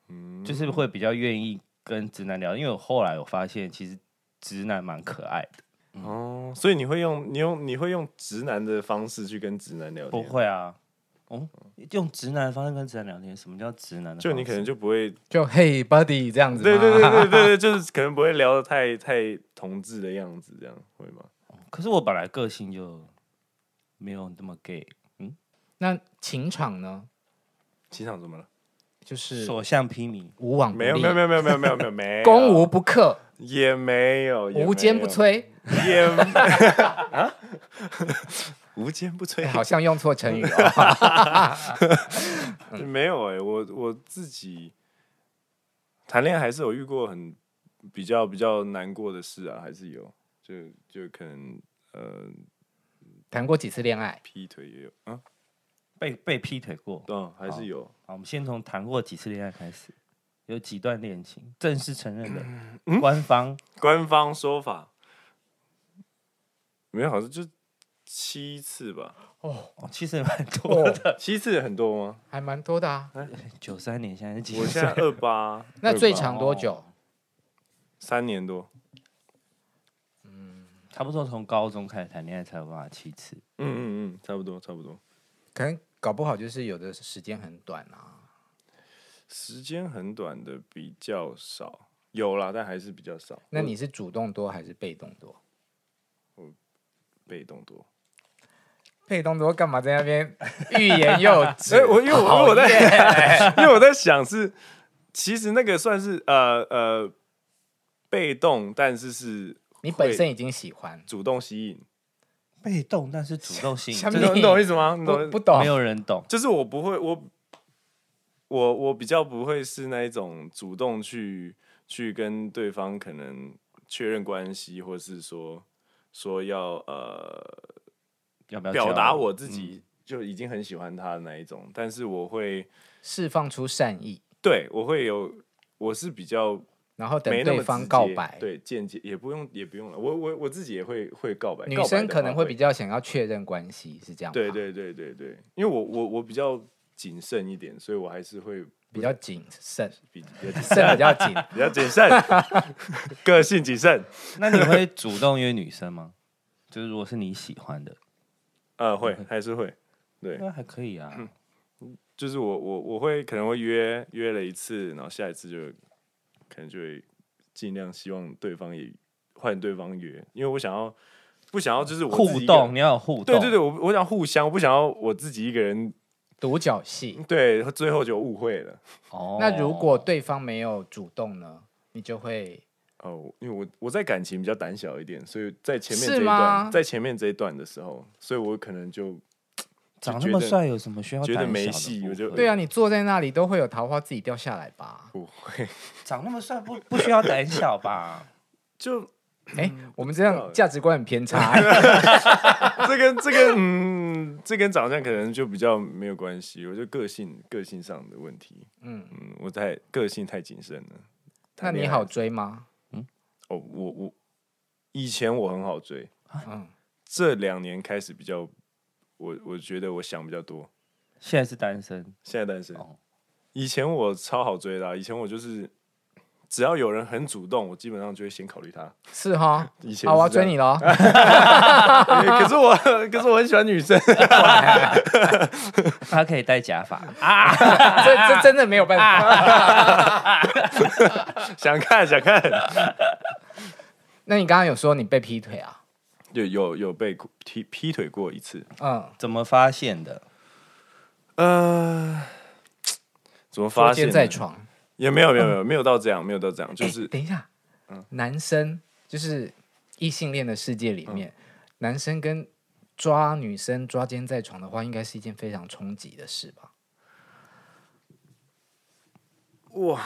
Speaker 6: 嗯
Speaker 5: 就是会比较愿意跟直男聊，因为我后来我发现其实直男蛮可爱的，
Speaker 6: 哦，所以你会用你用你会用直男的方式去跟直男聊
Speaker 5: 不
Speaker 6: 天，
Speaker 5: 会啊，嗯，用直男的方式跟直男聊天，什么叫直男的方式？
Speaker 6: 就你可能就不会，
Speaker 2: 就 Hey buddy 这样子吗，
Speaker 6: 对对对对对对，就是可能不会聊的太太同志的样子，这样会吗？
Speaker 5: 可是我本来个性就没有那么 gay，
Speaker 2: 那情场呢，
Speaker 6: 情场怎么了？
Speaker 2: 就是
Speaker 5: 所向披靡，
Speaker 2: 无往不
Speaker 6: 没有
Speaker 2: 利
Speaker 6: 没有没有没有没有没有没有没有，
Speaker 2: 攻无不克，
Speaker 6: 也没有，也
Speaker 2: 无坚
Speaker 6: 没
Speaker 2: 不
Speaker 6: 有，
Speaker 2: 摧。
Speaker 6: 也啊 无坚不摧
Speaker 2: 哎，好像用错成语了。
Speaker 6: 没有哎、我我自己谈恋爱还是有遇过很比较比较难过的事啊，还是有，就就可能呃
Speaker 2: 谈过几次恋爱？
Speaker 6: 劈腿也有啊，
Speaker 5: 被被劈腿过。
Speaker 6: 嗯，还是有，
Speaker 5: 好，我们先从谈过几次恋爱开始，有几段恋情正式承认
Speaker 6: 嗯
Speaker 5: 的，官方
Speaker 6: 官方说法没有，好像就七 次吧，
Speaker 5: 哦，其实蛮多的。
Speaker 6: 七次很多吗？
Speaker 2: 还蛮多的啊。
Speaker 5: 九三年现在是几
Speaker 6: 哦我现
Speaker 5: 岁
Speaker 6: 在？二八，
Speaker 2: 那最
Speaker 6: 28
Speaker 2: 长多
Speaker 6: 哦
Speaker 2: 久？
Speaker 6: 三年多，
Speaker 5: 差不多从高中开始谈恋爱才有办法七次。
Speaker 6: 嗯嗯嗯，差不多差不多，
Speaker 2: 可能搞不好就是有的时间很短啊。
Speaker 6: 时间很短的比较少，有啦，但还是比较少，
Speaker 2: 那你是主动多还是被动多？
Speaker 6: 被动多。
Speaker 2: 被动多干嘛在那边欲言又 止？
Speaker 6: 所以哎我因为我因为我在 因为我在想是，其实那个算是呃呃被动，但是是
Speaker 2: 你本
Speaker 6: 会
Speaker 2: 身已经喜欢，
Speaker 6: 主动吸引，
Speaker 5: 被动但是主动性，
Speaker 2: 下
Speaker 5: 这
Speaker 2: 面
Speaker 6: 你懂你懂我意思吗？你
Speaker 2: 不
Speaker 6: 懂
Speaker 2: 不懂
Speaker 5: 没？有人懂。
Speaker 6: 就是我不会，我我我比较不会是那一种主动去去跟对方可能确认关系，或是说说要呃
Speaker 5: 要不要
Speaker 6: 表
Speaker 5: 交
Speaker 6: 达
Speaker 5: 往
Speaker 6: 我
Speaker 2: 嗯
Speaker 6: 自？己就已经很喜欢他的那一种，但是我会
Speaker 2: 释放出善意，
Speaker 6: 对我会有。我是比较
Speaker 2: 然后等
Speaker 6: 没那么
Speaker 2: 对方
Speaker 6: 直
Speaker 2: 告
Speaker 6: 接
Speaker 2: 白。
Speaker 6: 对，间接也不用也不用了。我我我自己也会会告白，
Speaker 2: 女
Speaker 6: 告白
Speaker 2: 生
Speaker 6: 的
Speaker 2: 可
Speaker 6: 话
Speaker 2: 能会比较想要确认关系，是这样吗？
Speaker 6: 对，对对对对，因为我我我比较谨慎一点，所以我还是会
Speaker 2: 比较谨慎，
Speaker 6: 比 比较谨
Speaker 2: 慎
Speaker 6: 慎，
Speaker 2: 比较 紧。
Speaker 6: 比较 谨慎，个性谨慎。
Speaker 5: 嗯那你会主动约女生吗？ 就是如果是你喜欢的，
Speaker 6: 呃，会还是会，对，
Speaker 5: 那还可以
Speaker 6: 嗯
Speaker 5: 啊。
Speaker 6: 就是我我我会可能会约约了一次，然后下一次就可能就会尽量希望对方也换对方约，因为我想要不想要就是我自
Speaker 5: 互
Speaker 6: 己一个人
Speaker 5: 动，你要有互动，
Speaker 6: 对对对，我我想互相，我不想要我自己一个人，
Speaker 2: 独角戏。
Speaker 6: 对，最后就误会了。
Speaker 5: 哦
Speaker 2: 那如果对方没有主动呢，你就会
Speaker 6: 哦，因为我我在感情比较胆小一点，所以在前面
Speaker 2: 是
Speaker 6: 这一
Speaker 2: 吗
Speaker 6: 段，在前面这一段的时候，所以我可能就
Speaker 5: 长
Speaker 6: 就
Speaker 5: 那
Speaker 6: 觉
Speaker 5: 么
Speaker 6: 得
Speaker 5: 帅有什么需要
Speaker 6: 觉得
Speaker 5: 胆小
Speaker 6: 没
Speaker 5: 的
Speaker 6: 戏
Speaker 5: 部
Speaker 6: 我就
Speaker 5: 分
Speaker 2: 对啊，你坐在那里都会有桃花自己掉下来吧？
Speaker 6: 不会，
Speaker 5: 长那么帅不不需要胆小吧？
Speaker 6: 就
Speaker 2: 哎、我们
Speaker 6: 嗯知
Speaker 2: 这
Speaker 6: 道
Speaker 2: 样
Speaker 6: 欸
Speaker 2: 价值观很偏 差、欸。
Speaker 6: 这跟这跟嗯，这跟长相可能就比较没有关系，我就个性个性上的问题，
Speaker 2: 嗯，
Speaker 6: 嗯，我太个性太谨慎了。
Speaker 2: 那
Speaker 6: 谈
Speaker 2: 你
Speaker 6: 恋爱
Speaker 2: 好追吗？
Speaker 6: 哦，我我以前我很好追，
Speaker 2: 嗯，
Speaker 6: 这两年开始比较，我我觉得我想比较多，
Speaker 5: 现在是单身
Speaker 6: 现在单身。
Speaker 5: 哦，
Speaker 6: 以前我超好追的啊、以前我就是只要有人很主动，我基本上就会先考 虑他。
Speaker 2: 是哈。
Speaker 6: 以前
Speaker 2: 好，我要
Speaker 6: 是这
Speaker 2: 追
Speaker 6: 样
Speaker 2: 你 喽。
Speaker 6: 欸可是我可是我很喜欢女生，
Speaker 5: 他可以戴假 发，啊
Speaker 2: 这这真的没有办
Speaker 6: 啊
Speaker 2: 法。
Speaker 6: 想看想看，
Speaker 2: 那你刚刚有说你被劈腿啊？
Speaker 6: 有有有被劈劈腿过一次，
Speaker 2: 嗯，
Speaker 5: 怎么发现的？
Speaker 6: 呃，怎
Speaker 2: 捉
Speaker 6: 么发现
Speaker 2: 奸
Speaker 6: 呢？
Speaker 2: 在床。嗯
Speaker 6: 也没有没有没有没有到这样，没有到这样，就
Speaker 2: 哎
Speaker 6: 是嗯
Speaker 2: 等一下，男生就是异性恋的世界里面，
Speaker 6: 嗯
Speaker 2: 男生跟抓女生抓奸在床的话，应该是一件非常冲击的事吧？
Speaker 6: 哇，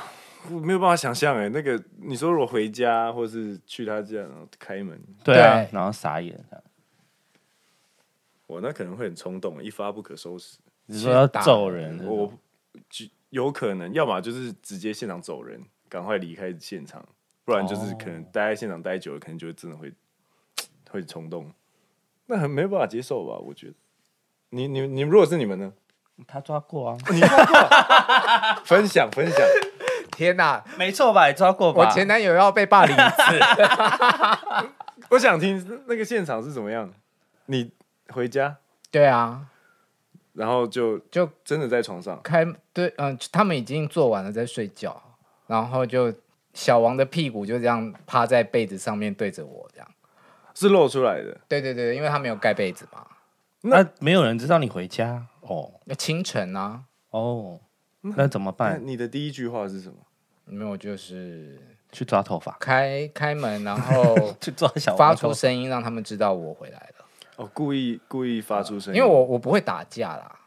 Speaker 6: 我没有办法想象哎，那个你说如果回家或是去他家然后开门，
Speaker 5: 对啊
Speaker 2: 对，
Speaker 5: 然后傻眼了，
Speaker 6: 我那可能会很冲动，一发不可收拾。
Speaker 5: 你说要
Speaker 2: 打
Speaker 5: 揍人那种，
Speaker 6: 我就有可能，要么就是直接现场走人，赶快离开现场，不然就是可
Speaker 2: 哦
Speaker 6: 能待在现场待久了，可能就真的会会冲动，那很没办法接受吧？我觉得。你你你，如果是你们呢？
Speaker 5: 他抓过啊，
Speaker 6: 分享分享，
Speaker 2: 天哪！
Speaker 5: 没错吧？也抓过吧？
Speaker 2: 我前男友要被霸凌一次，
Speaker 6: 我想听那个现场是怎么样。你回家，
Speaker 2: 对啊，
Speaker 6: 然后就
Speaker 2: 就
Speaker 6: 真的在床上，
Speaker 2: 开对，嗯、他们已经做完了，在睡觉，然后就小王的屁股就这样趴在被子上面对着我这样。
Speaker 6: 是露出来的。
Speaker 2: 对对对，因为他没有盖被子嘛。
Speaker 5: 那没有人知道你回家哦
Speaker 2: 那清晨啊，
Speaker 5: 哦，那怎么
Speaker 6: 那
Speaker 5: 办？
Speaker 6: 你的第一句话是什么？
Speaker 2: 没有就是
Speaker 5: 去抓头发，
Speaker 2: 开开门，然 后
Speaker 5: 去抓小
Speaker 2: 发
Speaker 5: 王头
Speaker 2: 出声音让他们知道我回来了，
Speaker 6: 哦，故意故意发出声
Speaker 2: 因
Speaker 6: 音，
Speaker 2: 为我我不会打架啦，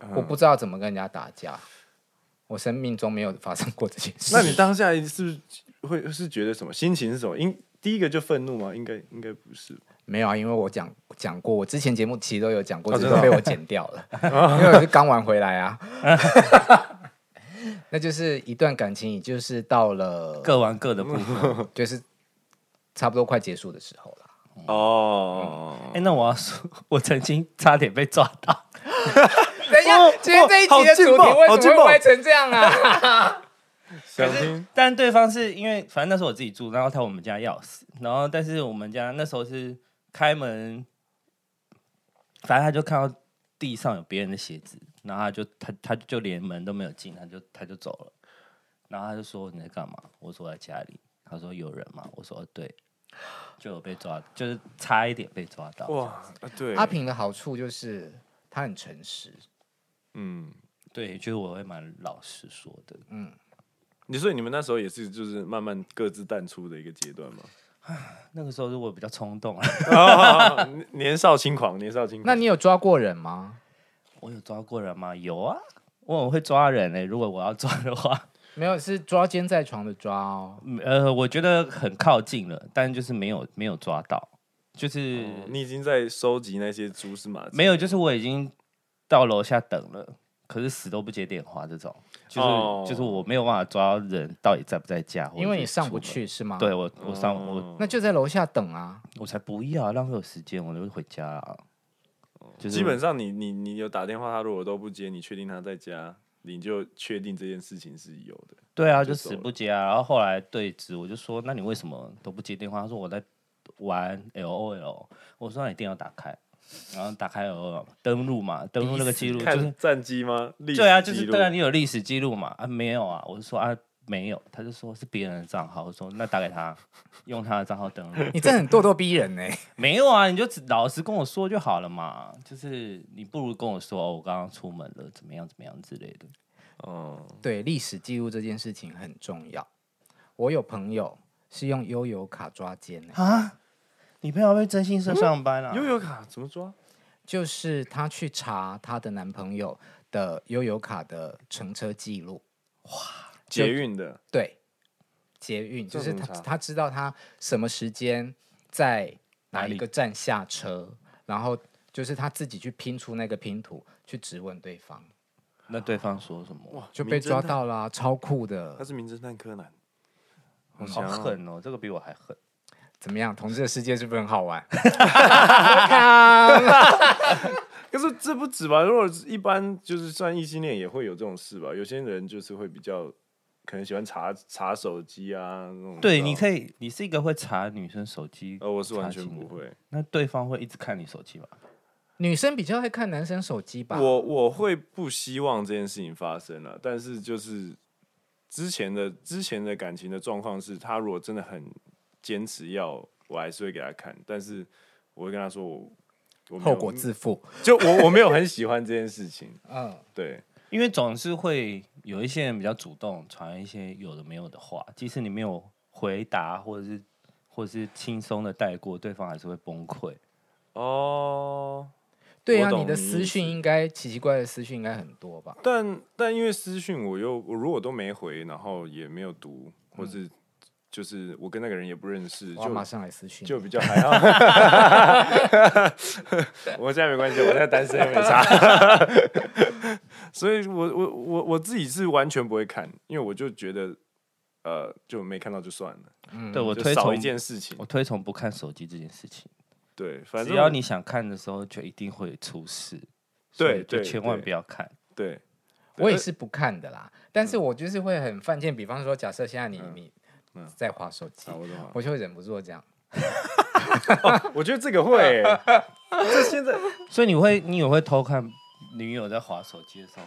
Speaker 6: 嗯
Speaker 2: 我不知道怎么跟人家打架，我生命中没有发生过这件事。
Speaker 6: 那你当下是不是会是觉得什么心情是什么？应第一个就愤怒吗？应该应该不是。
Speaker 2: 没有啊？因为我讲讲过，我之前节目其实都有讲过，
Speaker 6: 哦
Speaker 2: 只是
Speaker 6: 真的
Speaker 2: 都
Speaker 6: 啊
Speaker 2: 被我剪掉 了，因为我是刚玩回来啊。 那就是一段感情，也就是到了
Speaker 5: 各玩各的部分。
Speaker 2: 就是差不多快结束的时候 了。
Speaker 6: 哦
Speaker 5: 哎，那我要说，我曾经差点被抓到，
Speaker 2: 等一下，哦今天这一集的主题为
Speaker 6: 哦好
Speaker 2: 什
Speaker 6: 劲
Speaker 2: 么会
Speaker 6: 爆
Speaker 2: 歪成这样啊？
Speaker 6: 想听
Speaker 5: 但对方是因为反正那时候我自己住，然后他有我们家钥匙，然后但是我们家那时候是开门，反正他就看到地上有别人的鞋子，然后他就他他就连门都没有进，他就他就走了，然后他就说你在干嘛？我说我在家里，他说有人吗？我说哦对，就有被抓，就是差一点被抓到。
Speaker 6: 哇，啊对，
Speaker 2: 阿平的好处就是他很诚实，
Speaker 6: 嗯，
Speaker 5: 对，就是我会蛮老实说的，
Speaker 6: 你说你们那时候也是就是慢慢各自淡出的一个阶段吗？
Speaker 5: 那个时候是我比较冲动 啊，
Speaker 6: 哦年年少轻狂，年少轻狂。
Speaker 2: 那你有抓过人吗？
Speaker 5: 我有抓过人吗？有啊，我很会抓人嘞、如果我要抓的话。
Speaker 2: 没有，是抓奸在床的抓哦。
Speaker 5: 嗯呃，我觉得很靠近了，但就是没有没有抓到，就是、
Speaker 6: 哦你已经在收集那些蛛丝马迹，
Speaker 5: 没有，就是我已经到楼下等了，可是死都不接电话，这种就是、
Speaker 6: 哦
Speaker 5: 就是我没有办法抓到人到底在不在家，或者
Speaker 2: 因为
Speaker 5: 是
Speaker 2: 你上不
Speaker 5: 出门。
Speaker 2: 去是吗？
Speaker 5: 对，我，我上、我
Speaker 6: 哦
Speaker 2: 那就在楼下等啊。
Speaker 5: 我才不要浪费我时间，我就回家啊。就是
Speaker 6: 哦基本上你你你有打电话，他如果都不接，你确定他在家，你就确定这件事情是有的。
Speaker 5: 对啊，
Speaker 6: 就
Speaker 5: 就
Speaker 6: 走
Speaker 5: 死
Speaker 6: 了
Speaker 5: 不接啊。然后后来对质，我就说，那你为什么都不接电话？他说我在玩 L O L。我说那你电脑打开，然后打开 L O L，登录嘛，登录那个记录就是
Speaker 6: 看战机吗？历史
Speaker 5: 对啊，就是
Speaker 6: 记录
Speaker 5: 对啊，你有历史记录嘛？啊，没有啊，我是说啊，没有，他就说是别人的账号，我说那打给他，用他的账号登录。
Speaker 2: 你这很咄咄逼人呢、欸
Speaker 5: 没有啊，你就只老实跟我说就好了嘛，就是你不如跟我说、哦、我刚刚出门了，怎么样怎么样之类的。
Speaker 6: 嗯，
Speaker 2: 对，历史记录这件事情很重要。我有朋友是用悠游卡抓奸欸呢、
Speaker 5: 啊，你朋友被征信社上班了、啊
Speaker 6: 悠游卡怎么抓？
Speaker 2: 就是她去查她的男朋友的悠游卡的乘车记录，
Speaker 6: 捷运的，
Speaker 2: 对，捷运
Speaker 6: 这
Speaker 2: 就是
Speaker 6: 怎么
Speaker 2: 她
Speaker 6: 查
Speaker 2: 她知道她什么时间在哪
Speaker 5: 哪
Speaker 2: 一
Speaker 5: 里
Speaker 2: 个站下车，然后就是她自己去拼出那个拼图去质问对方，
Speaker 5: 那对方说什么？
Speaker 6: 哇，
Speaker 2: 就被
Speaker 6: 名侦
Speaker 2: 抓
Speaker 6: 探，
Speaker 2: 到啦、超酷
Speaker 6: 他
Speaker 2: 的。
Speaker 6: 是名侦探柯南，好
Speaker 5: 好
Speaker 6: 强哦
Speaker 5: 狠哦，这个比我还狠。
Speaker 2: 怎么样？同志的世界是不是很好 玩？ 啊
Speaker 6: 可是这不止吧？如果一般就是算异性恋也会有这种事吧？有些人就是会比较可能喜欢查查手机啊那种。
Speaker 5: 对，你
Speaker 6: 以。
Speaker 5: 可以，你是一个会查女生手机，
Speaker 6: 呃，我是完全
Speaker 5: 查清
Speaker 6: 不
Speaker 5: 楚。
Speaker 6: 会，
Speaker 5: 那对方会一直看你手机吧？
Speaker 2: 女生比较爱看男生手机吧？
Speaker 6: 我我会不希望这件事情发生啊，但是就是之前的之前的感情的状况是，他如果真的很坚持要，我还是会给他看，但是我会跟他说我我没有嗯
Speaker 2: 后果自负。
Speaker 6: 就我我没有很喜欢这件事情，
Speaker 2: 嗯，
Speaker 6: 对，
Speaker 5: 因为总是会有一些人比较主动传一些有的没有的话，即使你没有回答，或者是或者是轻松的带过，对方还是会崩溃。
Speaker 6: 哦，
Speaker 2: 对啊，
Speaker 6: 我懂
Speaker 2: 你的
Speaker 6: 你意
Speaker 2: 私讯
Speaker 6: 思
Speaker 2: 应该奇奇怪怪的私讯应该很多吧？
Speaker 6: 但但因为私讯我又我如果都没回，然后也没有读，或是就是我跟那个人也不认识，
Speaker 2: 嗯我要
Speaker 6: 就
Speaker 2: 马上来私讯你。
Speaker 6: 就比较还好。 我现在没关系，我现在单身又没差。 所以我，我我我自己是完全不会看，因为我就觉得，呃，就没看到就算了，
Speaker 2: 嗯
Speaker 5: 对我
Speaker 6: 就
Speaker 5: 推
Speaker 6: 少
Speaker 5: 崇
Speaker 6: 一件事情
Speaker 5: 我。推崇不看手机这件事情，
Speaker 6: 对，反
Speaker 5: 只
Speaker 6: 正
Speaker 5: 要你想看的时候，就一定会出事。所
Speaker 6: 对
Speaker 5: 以就
Speaker 6: 对
Speaker 5: 千万
Speaker 6: 对
Speaker 5: 不要看。
Speaker 6: 对
Speaker 2: 我
Speaker 6: 呃
Speaker 2: 也是不看的啦，但是我就是会很犯贱。比方说，假设现在你你
Speaker 6: 嗯
Speaker 2: 在划手机
Speaker 6: 啊，，我懂了。
Speaker 2: 我就会忍不住这样。
Speaker 6: 我觉得这个会、这现在
Speaker 5: 所以你会，你也会偷看女友在划手机的时候，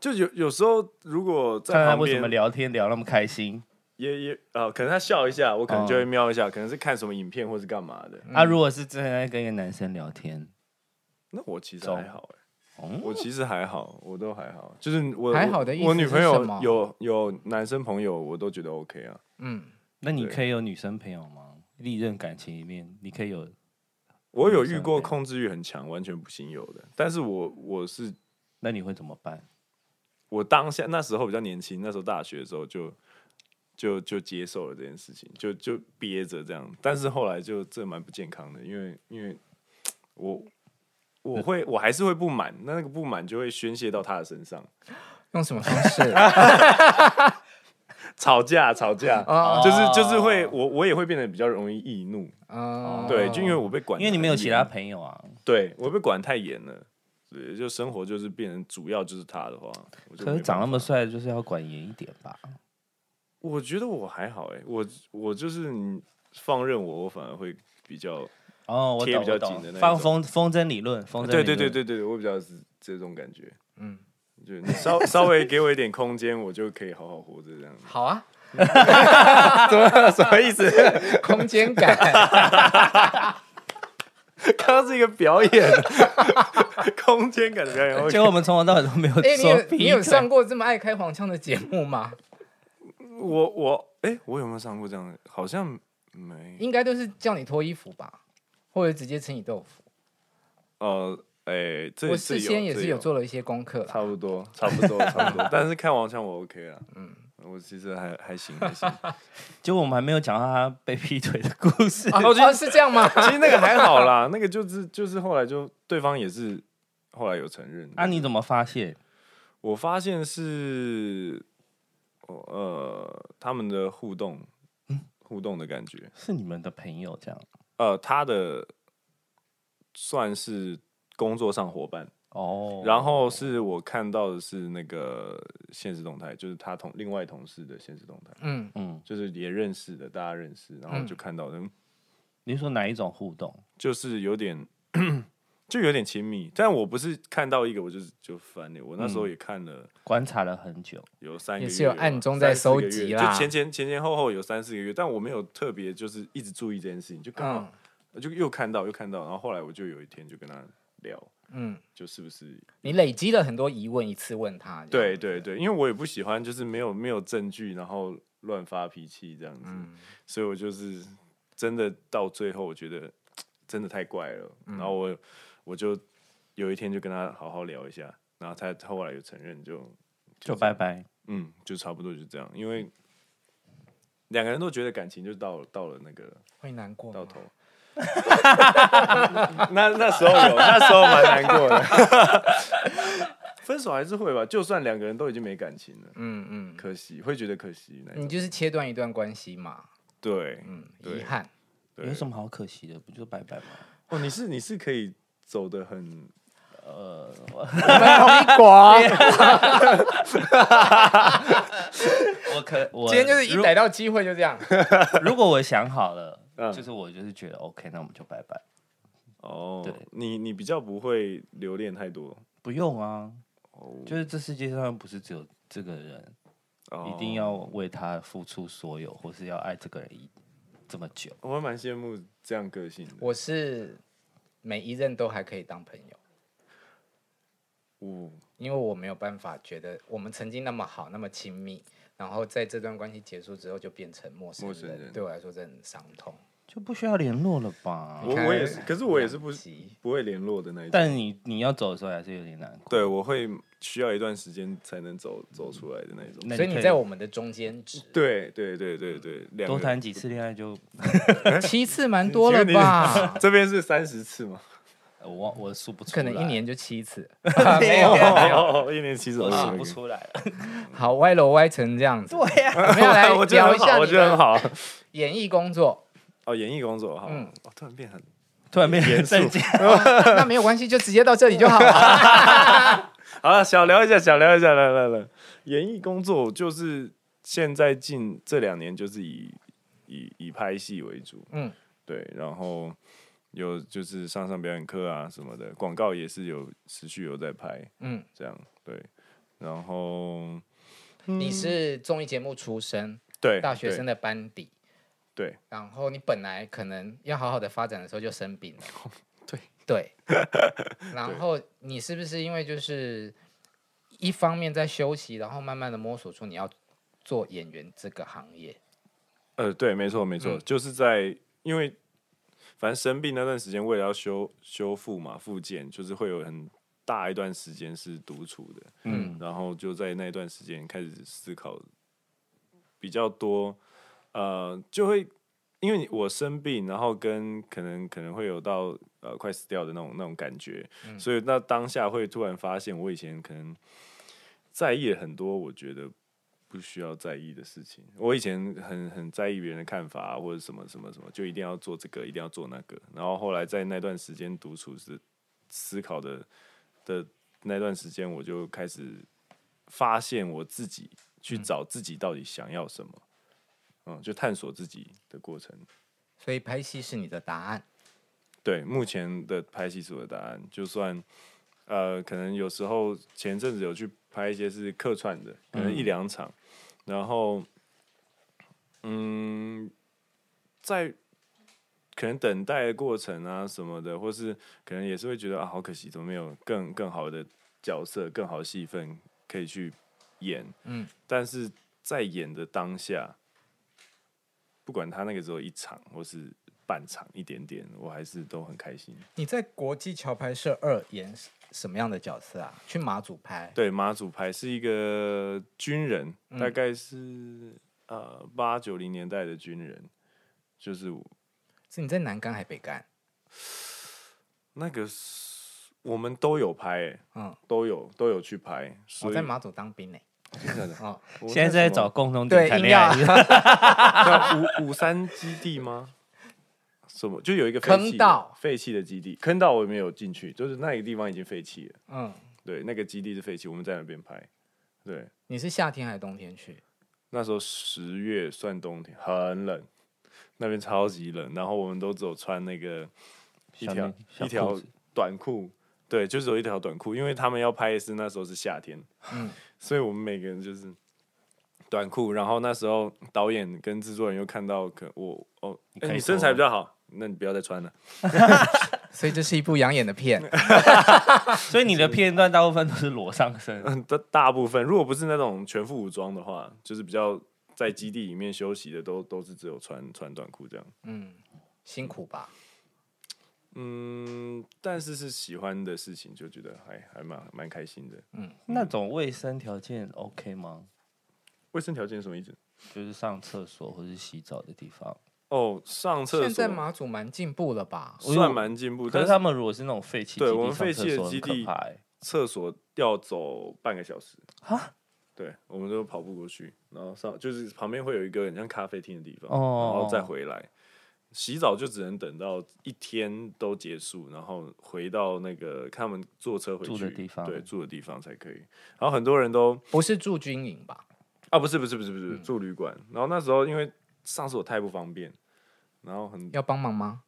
Speaker 6: 就有有时候如果在
Speaker 5: 看她
Speaker 6: 旁
Speaker 5: 为什么
Speaker 6: 边
Speaker 5: 聊天聊那么开心。
Speaker 6: 也也呃，可能他笑一下，我可能就
Speaker 5: 嗯
Speaker 6: 会瞄一下，可能是看什么影片或是干嘛的。
Speaker 5: 啊，如果是真的在跟一个男生聊天，
Speaker 6: 那我其实
Speaker 5: 懂
Speaker 6: 还好、欸。
Speaker 5: 哦，
Speaker 6: 我其实还好，我都还好，就是我
Speaker 2: 还好的意思
Speaker 6: 我女朋
Speaker 2: 是什
Speaker 6: 友
Speaker 2: 么
Speaker 6: 有有男生朋友，我都觉得 OK 啊。
Speaker 2: 嗯，
Speaker 5: 那你
Speaker 6: 对
Speaker 5: 可以有女生朋友吗？历任感情里面，你可以有
Speaker 6: 我有遇过控制欲很强、完全不行有的，但是我我是
Speaker 5: 那你会怎么办？
Speaker 6: 我当下那时候比较年轻，那时候大学的时候就就就接受了这件事情，就就憋着这样。但是后来就这蛮不健康的，因为因为我我会我还是会不满，那那个不满就会宣泄到他的身上，
Speaker 2: 用什么方式？
Speaker 6: 吵架吵架，
Speaker 2: 哦
Speaker 6: 就是就是会我我也会变得比较容易易怒，
Speaker 2: 嗯，
Speaker 6: 对，就因为我被管，
Speaker 5: 因为你没有其他，朋友啊。
Speaker 6: 对我被管太严了，对，就生活就是变成主要就是他的话，我就
Speaker 5: 可
Speaker 6: 没
Speaker 5: 是
Speaker 6: 办
Speaker 5: 长那么
Speaker 6: 法，
Speaker 5: 帅，就是要管严一点吧。
Speaker 6: 我觉得我还好哎、我我就是你放任我，我反而会比较，
Speaker 5: 哦，我
Speaker 6: 贴
Speaker 5: 懂，
Speaker 6: 比较
Speaker 5: 我懂
Speaker 6: 紧的那一
Speaker 5: 放
Speaker 6: 种
Speaker 5: 风风筝理论，风筝
Speaker 6: 啊对
Speaker 5: 理
Speaker 6: 对对
Speaker 5: 论，
Speaker 6: 对对，我比较是这种感觉，
Speaker 2: 嗯，
Speaker 6: 就你稍稍微给我一点空间，我就可以好好活着这 样。
Speaker 2: 好啊，
Speaker 6: 什么意思？
Speaker 2: 空间 感。
Speaker 6: 刚刚是一个表演， 空间感的表演。
Speaker 5: 结果我们从头到尾都没有
Speaker 2: 哎，你
Speaker 5: 说
Speaker 2: 有
Speaker 5: 劈腿。
Speaker 2: 你有上过这么爱开黄腔的节目吗？
Speaker 6: 我我哎、我有没有上过这样的？好像没。
Speaker 2: 应该都是叫你脱衣服吧，或者直接吃你豆腐。
Speaker 6: 呃，哎、这
Speaker 2: 我
Speaker 6: 这
Speaker 2: 事先也
Speaker 6: 这
Speaker 2: 是有做了一些功课啦，
Speaker 6: 差不多，差不 多，差不多。但是看王强我 OK 了，嗯，我其实还还行，还 行。
Speaker 5: 结果我们还没有讲到他被劈腿的故事。
Speaker 2: 哦，哦是这样 吗？
Speaker 6: 其实那个还好啦，那个就是就是后来就对方也是后来有承认。
Speaker 5: 啊，你怎么发现？
Speaker 6: 我发现是，哦呃，他们的互动，互动的感觉，
Speaker 5: 是你们的朋友这样？
Speaker 6: 呃，他的算是工作上伙伴，
Speaker 5: 哦，
Speaker 6: 然后是我看到的是那个现实动态，就是他同另外同事的现实动态。
Speaker 2: 嗯，
Speaker 5: 嗯，
Speaker 6: 就是也认识的，大家认嗯识，然后就看到，嗯、
Speaker 5: 你说哪一种互动？
Speaker 6: 就是有点就有点亲密。但我不是看到一个我就是就翻脸，我那时候也看了
Speaker 5: 观察了很久，
Speaker 6: 有三
Speaker 2: 嗯
Speaker 6: 个月
Speaker 2: 也
Speaker 6: 吧，
Speaker 2: 是有暗中在收集
Speaker 6: 三四个月
Speaker 2: 啦
Speaker 6: 就前前前前后后有三四个月，但我没有特别就是一直注意这件事情，就刚好
Speaker 2: 嗯、
Speaker 6: 就又看到又看到，然后后来我就有一天就跟他聊，
Speaker 2: 嗯，
Speaker 6: 就是不是
Speaker 2: 你累积了很多疑问，一次问他。这样
Speaker 6: 对对对，因为我也不喜欢就是没有没有证据，然后乱发脾气这样子，所以我就是真的到最后，我觉得真的太怪了，然后我我就有一天就跟他好好聊一下，然后他他后来有承认就
Speaker 5: 就拜拜。
Speaker 6: 嗯，就差不多就这样，因为两个人都觉得感情就到到了那个
Speaker 2: 会难过吗
Speaker 6: 到头。那那时候有，那时候蛮难过的。 分手还是会吧，就算两个人都已经没感情了，
Speaker 2: 嗯嗯，
Speaker 6: 可惜会觉得可惜那
Speaker 5: 嗯
Speaker 2: 你
Speaker 6: 种。
Speaker 2: 就是切断一段关系嘛，
Speaker 6: 对，
Speaker 2: 嗯，
Speaker 6: 对
Speaker 2: 遗憾。
Speaker 6: 对
Speaker 5: 有什么好可惜的？不就拜拜吗？
Speaker 6: 哦，你是你是可以走的很，
Speaker 5: 呃我 可我
Speaker 2: 今天就是一
Speaker 5: 如
Speaker 2: 逮到机会就这样。
Speaker 5: 如果我想好了，
Speaker 6: 嗯
Speaker 5: 就是我就是觉得 OK，那我们就拜拜，
Speaker 6: 哦
Speaker 5: 对，
Speaker 6: 你你比较不会留恋太多，
Speaker 5: 不用啊。
Speaker 6: 哦
Speaker 5: 就是这世界上不是只有这个人，
Speaker 6: 哦
Speaker 5: 一定。要为他付出所有，或是要爱这个人一这么久。
Speaker 6: 我还蛮羡慕这样个性的，
Speaker 2: 我是每一任都还可以当朋友，
Speaker 6: 我
Speaker 2: 因为我没有办法觉得我们曾经那么好，那么亲密，然后在这段关系结束之后就变成陌生
Speaker 6: 陌
Speaker 2: 人，
Speaker 6: 生人
Speaker 2: 对我来说真的很伤痛。
Speaker 5: 就不需要联络了吧？
Speaker 6: 我我也是，可是我也是不
Speaker 2: 两集
Speaker 6: 不会联络的那一种。
Speaker 5: 但你你要走的时候还是有点难过。
Speaker 6: 对，我会需要一段时间才能走走出来的那种。
Speaker 5: 那
Speaker 2: 所以
Speaker 5: 可
Speaker 2: 你在我们的中间 值
Speaker 6: 对对对对对，两
Speaker 5: 多
Speaker 6: 个
Speaker 5: 谈几次恋爱就，
Speaker 6: 哎
Speaker 2: 七次蛮多了 吧？
Speaker 6: 这边是三十次 吗？
Speaker 5: 呃我我数不出
Speaker 2: 可
Speaker 5: 来，
Speaker 2: 能一年就七 次，
Speaker 5: 没 有，没有
Speaker 6: 哦，一年七十
Speaker 5: 我
Speaker 6: 次
Speaker 5: 数不。出来了。
Speaker 2: 好歪楼歪成这样子。
Speaker 5: 对啊呀，
Speaker 2: 我们要来
Speaker 6: 啊 我觉得
Speaker 2: 聊
Speaker 6: 很
Speaker 2: 一下
Speaker 6: 好，我
Speaker 2: 你
Speaker 6: 觉得很
Speaker 2: 的
Speaker 6: 好。
Speaker 2: 演艺工作，
Speaker 6: 哦，演艺工作好，
Speaker 2: 嗯
Speaker 6: 哦，突然变很
Speaker 5: 突然变
Speaker 6: 严
Speaker 5: 成
Speaker 6: 肃
Speaker 5: 正经，
Speaker 2: 那没有关系，就直接到这里就好 了。
Speaker 6: 好了，小聊一下，小聊一下，来来来，演艺工作就是现在近这两年就是以以以拍戏为主，
Speaker 2: 嗯，
Speaker 6: 对，然后有就是上上表演课啊什么的，广告也是有持续有在拍，
Speaker 2: 嗯，
Speaker 6: 这样对，然后
Speaker 2: 嗯你是综艺节目出身，
Speaker 6: 对
Speaker 2: 大学生
Speaker 6: 的
Speaker 2: 的班底，
Speaker 6: 对，对
Speaker 2: 然后你本来可能要好好的发展的时候就生病了，
Speaker 6: 对
Speaker 2: 对，然后你是不是因为就是一方面在休息，然后慢慢的摸索出你要做演员这个行业？
Speaker 6: 呃，对，没错，没错，
Speaker 2: 嗯
Speaker 6: 就是在因为反正生病那段时间，为了要修修复嘛，复健，就是会有很大一段时间是独处的，
Speaker 5: 嗯，
Speaker 6: 然后就在那段时间开始思考比较多，呃，就会因为你我生病，然后跟可能可能会有到呃快死掉的那种那种感觉，所以那当下会突然发现，我以前可能在意了很多，我觉得。不需要在意的事情，我以前很很在意别人的看法、啊、或者什么什么什么，就一定要做这个，一定要做那个。然后后来在那段时间独处是思考的的那段时间，我就开始发现我自己，去找自己到底想要什么，嗯，就探索自己的过程。
Speaker 2: 所以拍戏是你的答案，
Speaker 6: 对，目前的拍戏是我的答案，就算呃，可能有时候前阵子有去拍一些是客串的，可能一两场，然后嗯，在可能等待的过程啊什么的，或是可能也是会觉得啊，好可惜，怎么没有更更好的角色、更好的戏份可以去演？
Speaker 2: 嗯，
Speaker 6: 但是在演的当下，不管他那个时候一场或是半场一点点，我还是都很开心。
Speaker 2: 你在国际桥牌社二演什么样的角色啊？去马祖拍，
Speaker 6: 对，马祖牌是一个军人，
Speaker 2: 嗯
Speaker 6: 大概是呃八九零年代的军人，就是
Speaker 2: 是你在南干还北干？
Speaker 6: 那个是我们都有拍、欸，
Speaker 2: 嗯，
Speaker 6: 都有都有去拍，所
Speaker 2: 我哦
Speaker 6: 以
Speaker 2: 在马祖当兵呢、哦，
Speaker 6: 我
Speaker 5: 现在在
Speaker 6: 什么
Speaker 5: 找共同
Speaker 2: 对啊
Speaker 5: 点谈恋爱
Speaker 2: 硬，
Speaker 6: 叫五五 三基地吗？什么？就有一个废弃的
Speaker 2: 坑道
Speaker 6: 废弃的基地，坑道我也没有进去，就是那个地方已经废弃了。
Speaker 2: 嗯，
Speaker 6: 对，那个基地是废弃，我们在那边拍。对，
Speaker 2: 你是夏天还是冬天去？
Speaker 6: 那时候十月算冬天，很冷，那边超级冷，然后我们都只有穿那个一
Speaker 5: 小
Speaker 6: 条
Speaker 5: 内小
Speaker 6: 一条
Speaker 5: 裤子
Speaker 6: 短裤，对，就只有一条短裤，因为他们要拍的是那时候是夏天，
Speaker 5: 嗯
Speaker 6: 所以我们每个人就是短裤。然后那时候导演跟制作人又看到可我哦，哎、
Speaker 5: 可以
Speaker 6: 你身材
Speaker 5: 脱
Speaker 6: 比较好，那你不要再穿了。
Speaker 2: 所以这是一部养眼的片。
Speaker 5: 所以你的片段大部分都是裸上身，
Speaker 6: 嗯，大大部分如果不是那种全副武装的话，就是比较在基地里面休息的都都是只有穿穿短裤这样。
Speaker 2: 嗯，辛苦吧？
Speaker 6: 嗯，但是是喜欢的事情，就觉得还还蛮蛮开心的。
Speaker 5: 那种卫生条件 OK 吗？
Speaker 6: 卫生条件什么意思？
Speaker 5: 就是上厕所或是洗澡的地方。
Speaker 6: 哦，上厕所
Speaker 2: 现在马祖蛮进步了吧？
Speaker 6: 算蛮进步，
Speaker 5: 可
Speaker 6: 但
Speaker 5: 是他们如果是那种废弃基
Speaker 6: 对我
Speaker 5: 地，
Speaker 6: 们
Speaker 5: 上
Speaker 6: 废弃
Speaker 5: 厕
Speaker 6: 的
Speaker 5: 所
Speaker 6: 基
Speaker 5: 很可
Speaker 6: 地
Speaker 5: 怕、欸。
Speaker 6: 厕所要走半个小时
Speaker 5: 啊。
Speaker 6: 对，我们都跑步过去，然后上就是旁边会有一个很像咖啡厅的地方，
Speaker 5: 哦
Speaker 6: 然后再回来。洗澡就只能等到一天都结束，然后回到那个看他们坐车回去
Speaker 5: 住的地方
Speaker 6: 对，住的地方才可以。然后很多人都
Speaker 2: 不是住军营吧？
Speaker 6: 啊，不是不是不是不
Speaker 5: 嗯
Speaker 6: 是、住旅馆。然后那时候因为上厕所太不方便，然后 很
Speaker 2: 要帮忙吗？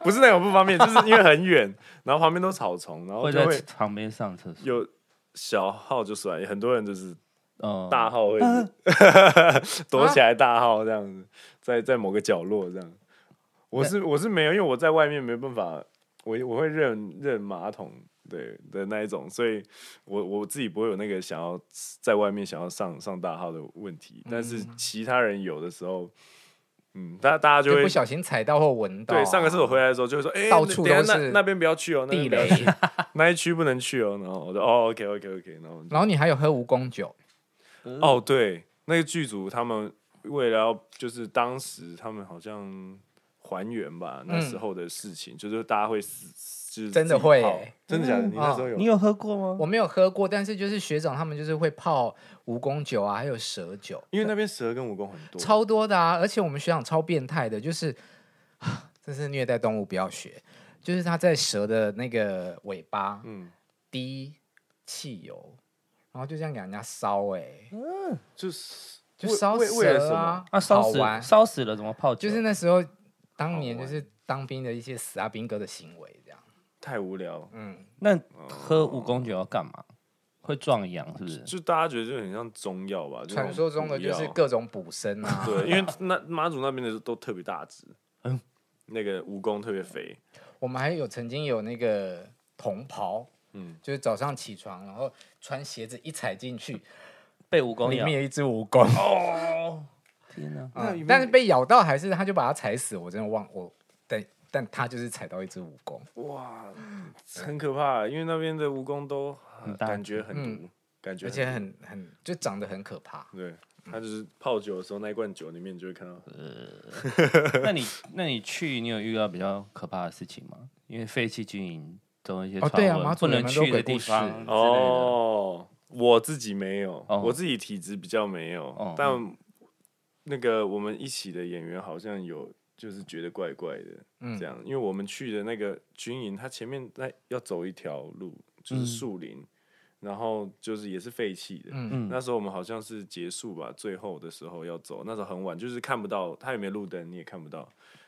Speaker 6: 不是那种不方便，就是因为很远，然后旁边都草丛，然后
Speaker 5: 会
Speaker 6: 就
Speaker 5: 在
Speaker 6: 会
Speaker 5: 旁边上厕所，
Speaker 6: 有小号就出来，很多人就是
Speaker 2: 哦
Speaker 5: 嗯，
Speaker 6: 大号会
Speaker 2: 嗯
Speaker 6: 躲起来，大号这样
Speaker 2: 啊
Speaker 6: 子，在在某个角落这样。我是我是没有，因为我在外面没办法，我我会认认马桶，对的那一种，所以我我自己不会有那个想要在外面想要上上大号的问题，但
Speaker 2: 嗯
Speaker 6: 是其他人有的时候，嗯，大大家就
Speaker 2: 就
Speaker 6: 会
Speaker 2: 不小心踩到或闻到啊、
Speaker 6: 对上个厕所回来的时候就会说，哎、
Speaker 2: 到处
Speaker 6: 等一下
Speaker 2: 都
Speaker 6: 那
Speaker 2: 是
Speaker 6: 那边不要去哦，那边
Speaker 2: 地
Speaker 6: 不要
Speaker 2: 雷
Speaker 6: 去，那一区不能去哦，然后我就哦，OK OK OK，然后我们就
Speaker 2: 然后你还有喝蜈蚣酒，嗯
Speaker 6: 哦，对，那个剧组他们为了要就是当时他们好像还原吧，那时候的事情，就是大家会死，就是
Speaker 2: 嗯真的
Speaker 6: 自己
Speaker 2: 会
Speaker 6: 泡
Speaker 2: 欸
Speaker 6: 真的假的？你那时候有？
Speaker 5: 你有喝过吗？
Speaker 2: 我没有喝过，但是就是学长他们就是会泡蜈蚣酒啊，还有蛇酒，
Speaker 6: 因为那边蛇跟蜈蚣很多，
Speaker 2: 超多的啊！而且我们学长超变态的，就是 啊真是虐待动物不要学，就是他在蛇的那个尾巴
Speaker 6: 嗯，
Speaker 2: 滴汽油，然后就这样给人家烧、欸，哎，
Speaker 6: 就是
Speaker 2: 就
Speaker 6: 为
Speaker 2: 烧
Speaker 6: 为为了什
Speaker 2: 蛇
Speaker 6: 么？
Speaker 2: 啊，
Speaker 5: 啊，烧
Speaker 2: 好
Speaker 5: 死
Speaker 2: 玩，
Speaker 5: 烧死了怎么泡酒？
Speaker 2: 就是那时候当
Speaker 6: 好
Speaker 2: 年就
Speaker 6: 玩
Speaker 2: 是当兵的一些死阿啊兵哥的行为，这样，
Speaker 6: 太无聊，
Speaker 2: 嗯，
Speaker 5: 那喝蜈蚣酒要干嘛？会壮阳是不
Speaker 2: 嗯
Speaker 5: 是？
Speaker 6: 就大家觉得就很像中药吧，就那
Speaker 2: 传
Speaker 6: 种
Speaker 2: 说中的
Speaker 6: 补
Speaker 2: 就是
Speaker 6: 药
Speaker 2: 各种补身啊，
Speaker 6: 对，因为那妈祖那边的都特别大只，
Speaker 5: 嗯
Speaker 6: 那个蜈蚣特别肥，
Speaker 2: 我们还有曾经有那个同袍，
Speaker 6: 嗯，
Speaker 2: 就是早上起床，然后穿鞋子一踩进去，
Speaker 5: 被蜈蚣
Speaker 2: 里
Speaker 5: 咬
Speaker 2: 面？有一只蜈蚣，
Speaker 5: 天哪！
Speaker 2: 嗯但是被咬到还是他就把它踩死，我真的忘我，但但他就是踩到一只蜈蚣，
Speaker 6: 哇，
Speaker 2: 嗯
Speaker 6: 很可怕，因为那边的蜈蚣都呃
Speaker 5: 很大
Speaker 6: 感觉很
Speaker 2: 嗯
Speaker 6: 毒，感觉
Speaker 2: 而且
Speaker 6: 毒
Speaker 2: 很很就长得很嗯可怕。
Speaker 6: 对，他就是泡酒的时候，那一罐酒里面就会看到，
Speaker 5: 那你那你去，你有遇到比较可怕的事情吗？因为废弃军营总有一些
Speaker 2: 哦
Speaker 5: 传
Speaker 2: 对啊
Speaker 5: 闻
Speaker 2: 马祖
Speaker 5: 不
Speaker 2: 有
Speaker 5: 能
Speaker 2: 蛮多
Speaker 5: 去的
Speaker 2: 鬼
Speaker 5: 地
Speaker 2: 故事
Speaker 5: 方之类的。
Speaker 6: 哦，我自己没有，
Speaker 5: 哦
Speaker 6: 我自己体质比较没有，
Speaker 5: 哦
Speaker 6: 但那个我们一起的演员好像有。就是觉得怪怪的，
Speaker 2: 嗯
Speaker 6: 这样，因为我们去的那个军营，它前面那要走一条路，就是
Speaker 5: 嗯
Speaker 6: 树林，然后就是也是废弃的，
Speaker 2: 嗯
Speaker 5: 嗯
Speaker 6: 那时候我们好像是结束吧，最后的时候要走，那时候很晚，就是看不到，它也没路灯，你也看不到。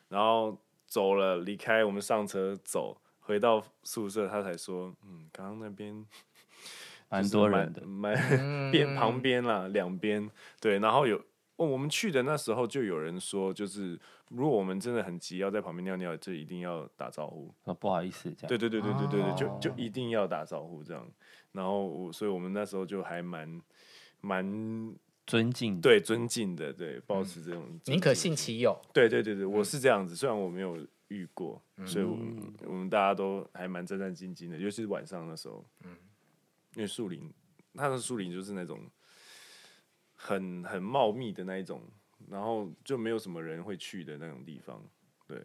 Speaker 6: 然后走了，离开，我们上车走，回到宿舍，他才说，嗯，刚刚那边
Speaker 5: 蛮
Speaker 6: 就是
Speaker 5: 多人的，
Speaker 6: 蛮蛮边
Speaker 2: 嗯
Speaker 6: 旁边啦，两边对，然后有。哦，我们去的那时候就有人说，就是如果我们真的很急要在旁边尿尿，就一定要打招呼。
Speaker 5: 哦不好意思，这样。
Speaker 6: 对对对对对对对，
Speaker 2: 哦
Speaker 6: 就就一定要打招呼这样。然后我，所以我们那时候就还蛮蛮
Speaker 5: 尊敬。
Speaker 6: 对尊敬的，对，
Speaker 5: 嗯
Speaker 6: 保持这种尊敬
Speaker 2: 宁可信其有，
Speaker 6: 对对对对，我是这样子，虽然我没有遇过，所以我们我们大家都还蛮战战兢兢的，尤其是晚上的时候，因为树林，它的树林就是那种很很茂密的那一种，然后就没有什么人会去的那种地方，对，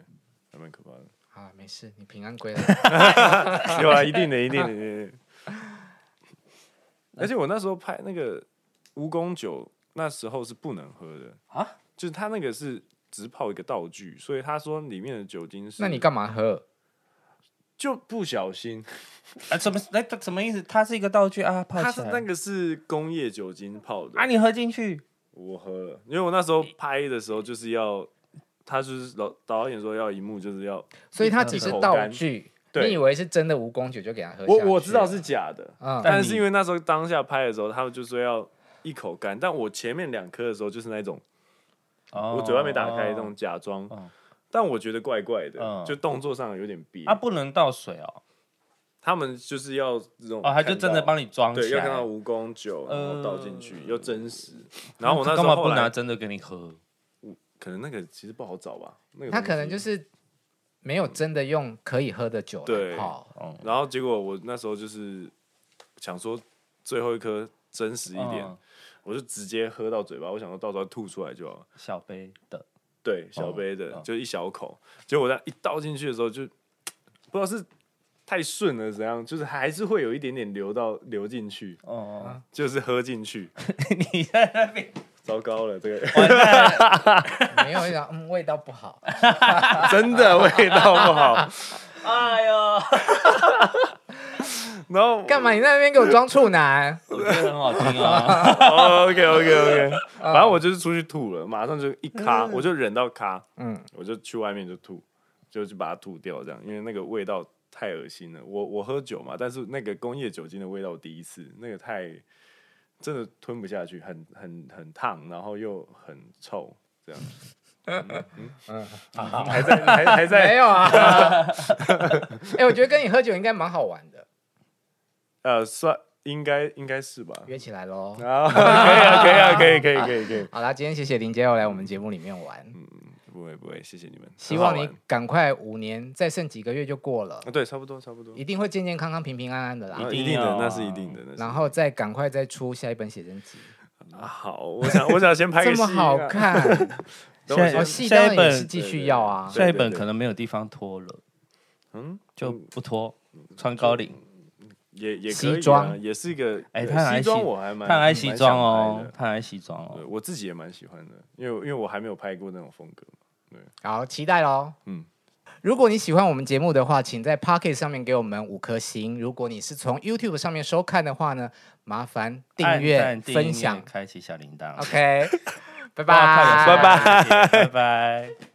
Speaker 6: 还蛮可怕的。
Speaker 2: 好啊了，没事，你平安归来。
Speaker 6: 有啊，一定的，一定的一定的。而且我那时候拍那个蜈蚣酒，那时候是不能喝的
Speaker 5: 啊，
Speaker 6: 就是它那个是只泡一个道具，所以他说里面的酒精是。
Speaker 2: 那你干嘛喝？
Speaker 6: 就不小 心，
Speaker 5: 啊，什么？那那什么意思？它是一个道具啊，泡
Speaker 6: 它是
Speaker 5: 起来
Speaker 6: 那个是工业酒精泡的
Speaker 2: 啊
Speaker 5: 啊，你喝进去
Speaker 6: 我喝了，因为我那时候拍的时候就是要他就是老导演说要一幕就是要，
Speaker 2: 所以它只是
Speaker 6: 口
Speaker 2: 道
Speaker 6: 干
Speaker 2: 具。
Speaker 6: 对
Speaker 2: 你以为是真的蜈蚣酒就给他喝
Speaker 6: 我
Speaker 2: 下
Speaker 6: 我
Speaker 2: 去啊
Speaker 6: 知道
Speaker 2: 了
Speaker 6: 是假的，
Speaker 2: 嗯，
Speaker 6: 但
Speaker 5: 但
Speaker 6: 是
Speaker 5: 你
Speaker 6: 因为那时候当下拍的时候，他们就说要一口干，但我前面两颗的时候就是那种我
Speaker 5: 我
Speaker 6: 嘴巴没打开那种假装
Speaker 5: 哦，
Speaker 6: 但我觉得怪怪的，
Speaker 5: 嗯
Speaker 6: 就动作上有点憋
Speaker 5: 啊，。不能倒水哦，
Speaker 6: 他们就是要这种
Speaker 5: 哦，他就
Speaker 6: 看到
Speaker 5: 真的帮你装
Speaker 6: 对，
Speaker 5: 起
Speaker 6: 要
Speaker 5: 来嗯
Speaker 6: 看。到蜈蚣酒，然后倒进去
Speaker 5: 呃嗯
Speaker 6: 又真实。然后我那时
Speaker 5: 干
Speaker 6: 候
Speaker 5: 嘛
Speaker 6: 后
Speaker 5: 不拿
Speaker 6: 来
Speaker 5: 真的给你喝？
Speaker 6: 可能那个其实不好找吧，那个
Speaker 2: 他
Speaker 6: 东
Speaker 2: 可能
Speaker 6: 西
Speaker 2: 就是没有真的用可以喝的酒
Speaker 6: 对
Speaker 2: 来泡。
Speaker 5: 哦，
Speaker 6: 然后结果我那时候就是想说最后一颗真实一点，
Speaker 5: 嗯
Speaker 6: 我就直接喝到嘴巴，我想说到时候吐出来就好了。
Speaker 5: 小杯的，
Speaker 6: 对，小
Speaker 5: 哦
Speaker 6: 杯的，
Speaker 5: 嗯
Speaker 6: 就一小口。结果我在一倒进去的时候就，不知道是太顺了怎样，就是还是会有一点点流到流进去，
Speaker 5: 哦哦，
Speaker 6: 就是喝进去。
Speaker 5: 你在那边
Speaker 6: 糟糕了，这个
Speaker 2: 没有想，嗯，味道不 好。
Speaker 6: 真的味道不好。
Speaker 5: 哎 呦，
Speaker 6: 然后
Speaker 2: 干嘛？你在那边给我装处男？
Speaker 5: 我觉得很好 听啊。
Speaker 6: ？OK OK OK，反
Speaker 2: 啊
Speaker 6: 正我就是出去吐了，马上就一咖，我就忍到咖，
Speaker 2: 嗯，
Speaker 6: 我就去外面就吐，就去把它吐掉，这样，因为那个味道太恶心了。我我喝酒嘛，但是那个工业酒精的味道，我第一次，那个太真的吞不下去，很很很烫，然后又很臭，这样。嗯，嗯 还在还还
Speaker 2: 没
Speaker 6: 在
Speaker 2: 有 啊。哎、我觉得跟你喝酒应该蛮好玩的，
Speaker 6: 呃，算应该应该是 吧。
Speaker 2: 约起来喽。
Speaker 6: 啊，可以啊，可以啊，可以，可以，可以，可以。
Speaker 2: 好啦，今天谢谢林杰又来我们节目里面玩，
Speaker 6: 不会，不会，谢谢你们。
Speaker 2: 希
Speaker 6: 嗯很好
Speaker 2: 望你
Speaker 6: 玩
Speaker 2: 赶快五年，再剩几个月就过了，
Speaker 6: 啊，对，差不多，差不多
Speaker 2: 一，定会健健康康、平平安安的啦
Speaker 6: 啊。
Speaker 5: 定
Speaker 6: 一定的
Speaker 5: 要，
Speaker 6: 那是一定的。那是
Speaker 2: 然后再赶快再出下一本写真集，
Speaker 6: 啊好，我想，我想先拍
Speaker 2: 这
Speaker 6: 个
Speaker 2: 么
Speaker 6: 戏
Speaker 2: 好
Speaker 6: 啊，
Speaker 2: 看，
Speaker 6: 等我
Speaker 5: 现
Speaker 2: 哦，
Speaker 6: 先
Speaker 5: 在
Speaker 2: 戏
Speaker 5: 下
Speaker 2: 当
Speaker 5: 一
Speaker 2: 然也
Speaker 5: 本
Speaker 2: 是继
Speaker 6: 对
Speaker 2: 续
Speaker 6: 对
Speaker 2: 要啊。
Speaker 5: 下一
Speaker 6: 对对
Speaker 5: 本
Speaker 6: 对
Speaker 5: 可能没有地方脱了，
Speaker 6: 嗯，
Speaker 5: 就不脱，穿高领。
Speaker 6: 也也可
Speaker 2: 西
Speaker 6: 以啊
Speaker 2: 装
Speaker 6: 也是一个
Speaker 5: 哎
Speaker 6: 对
Speaker 5: 他很爱
Speaker 6: 西装
Speaker 5: 西
Speaker 6: 我还蛮
Speaker 5: 他很爱西装
Speaker 6: 蛮
Speaker 5: 哦
Speaker 6: 想，拍
Speaker 5: 他很爱西装
Speaker 6: 的对
Speaker 5: 哦。
Speaker 6: 我自己也蛮喜欢的，因为因为我还没有拍过那种风格嘛。
Speaker 2: 好，期待喽。
Speaker 6: 嗯
Speaker 2: 如果你喜欢我们节目的话，请在 Pocket 上面给我们五颗星。如果你是从 YouTube 上面收看的话呢，麻烦订阅
Speaker 5: 按赞、订阅
Speaker 2: 分享。
Speaker 5: 开启小铃铛。哦
Speaker 2: OK，拜拜，
Speaker 5: 哇太有
Speaker 6: 拜
Speaker 5: 趣了拜拜。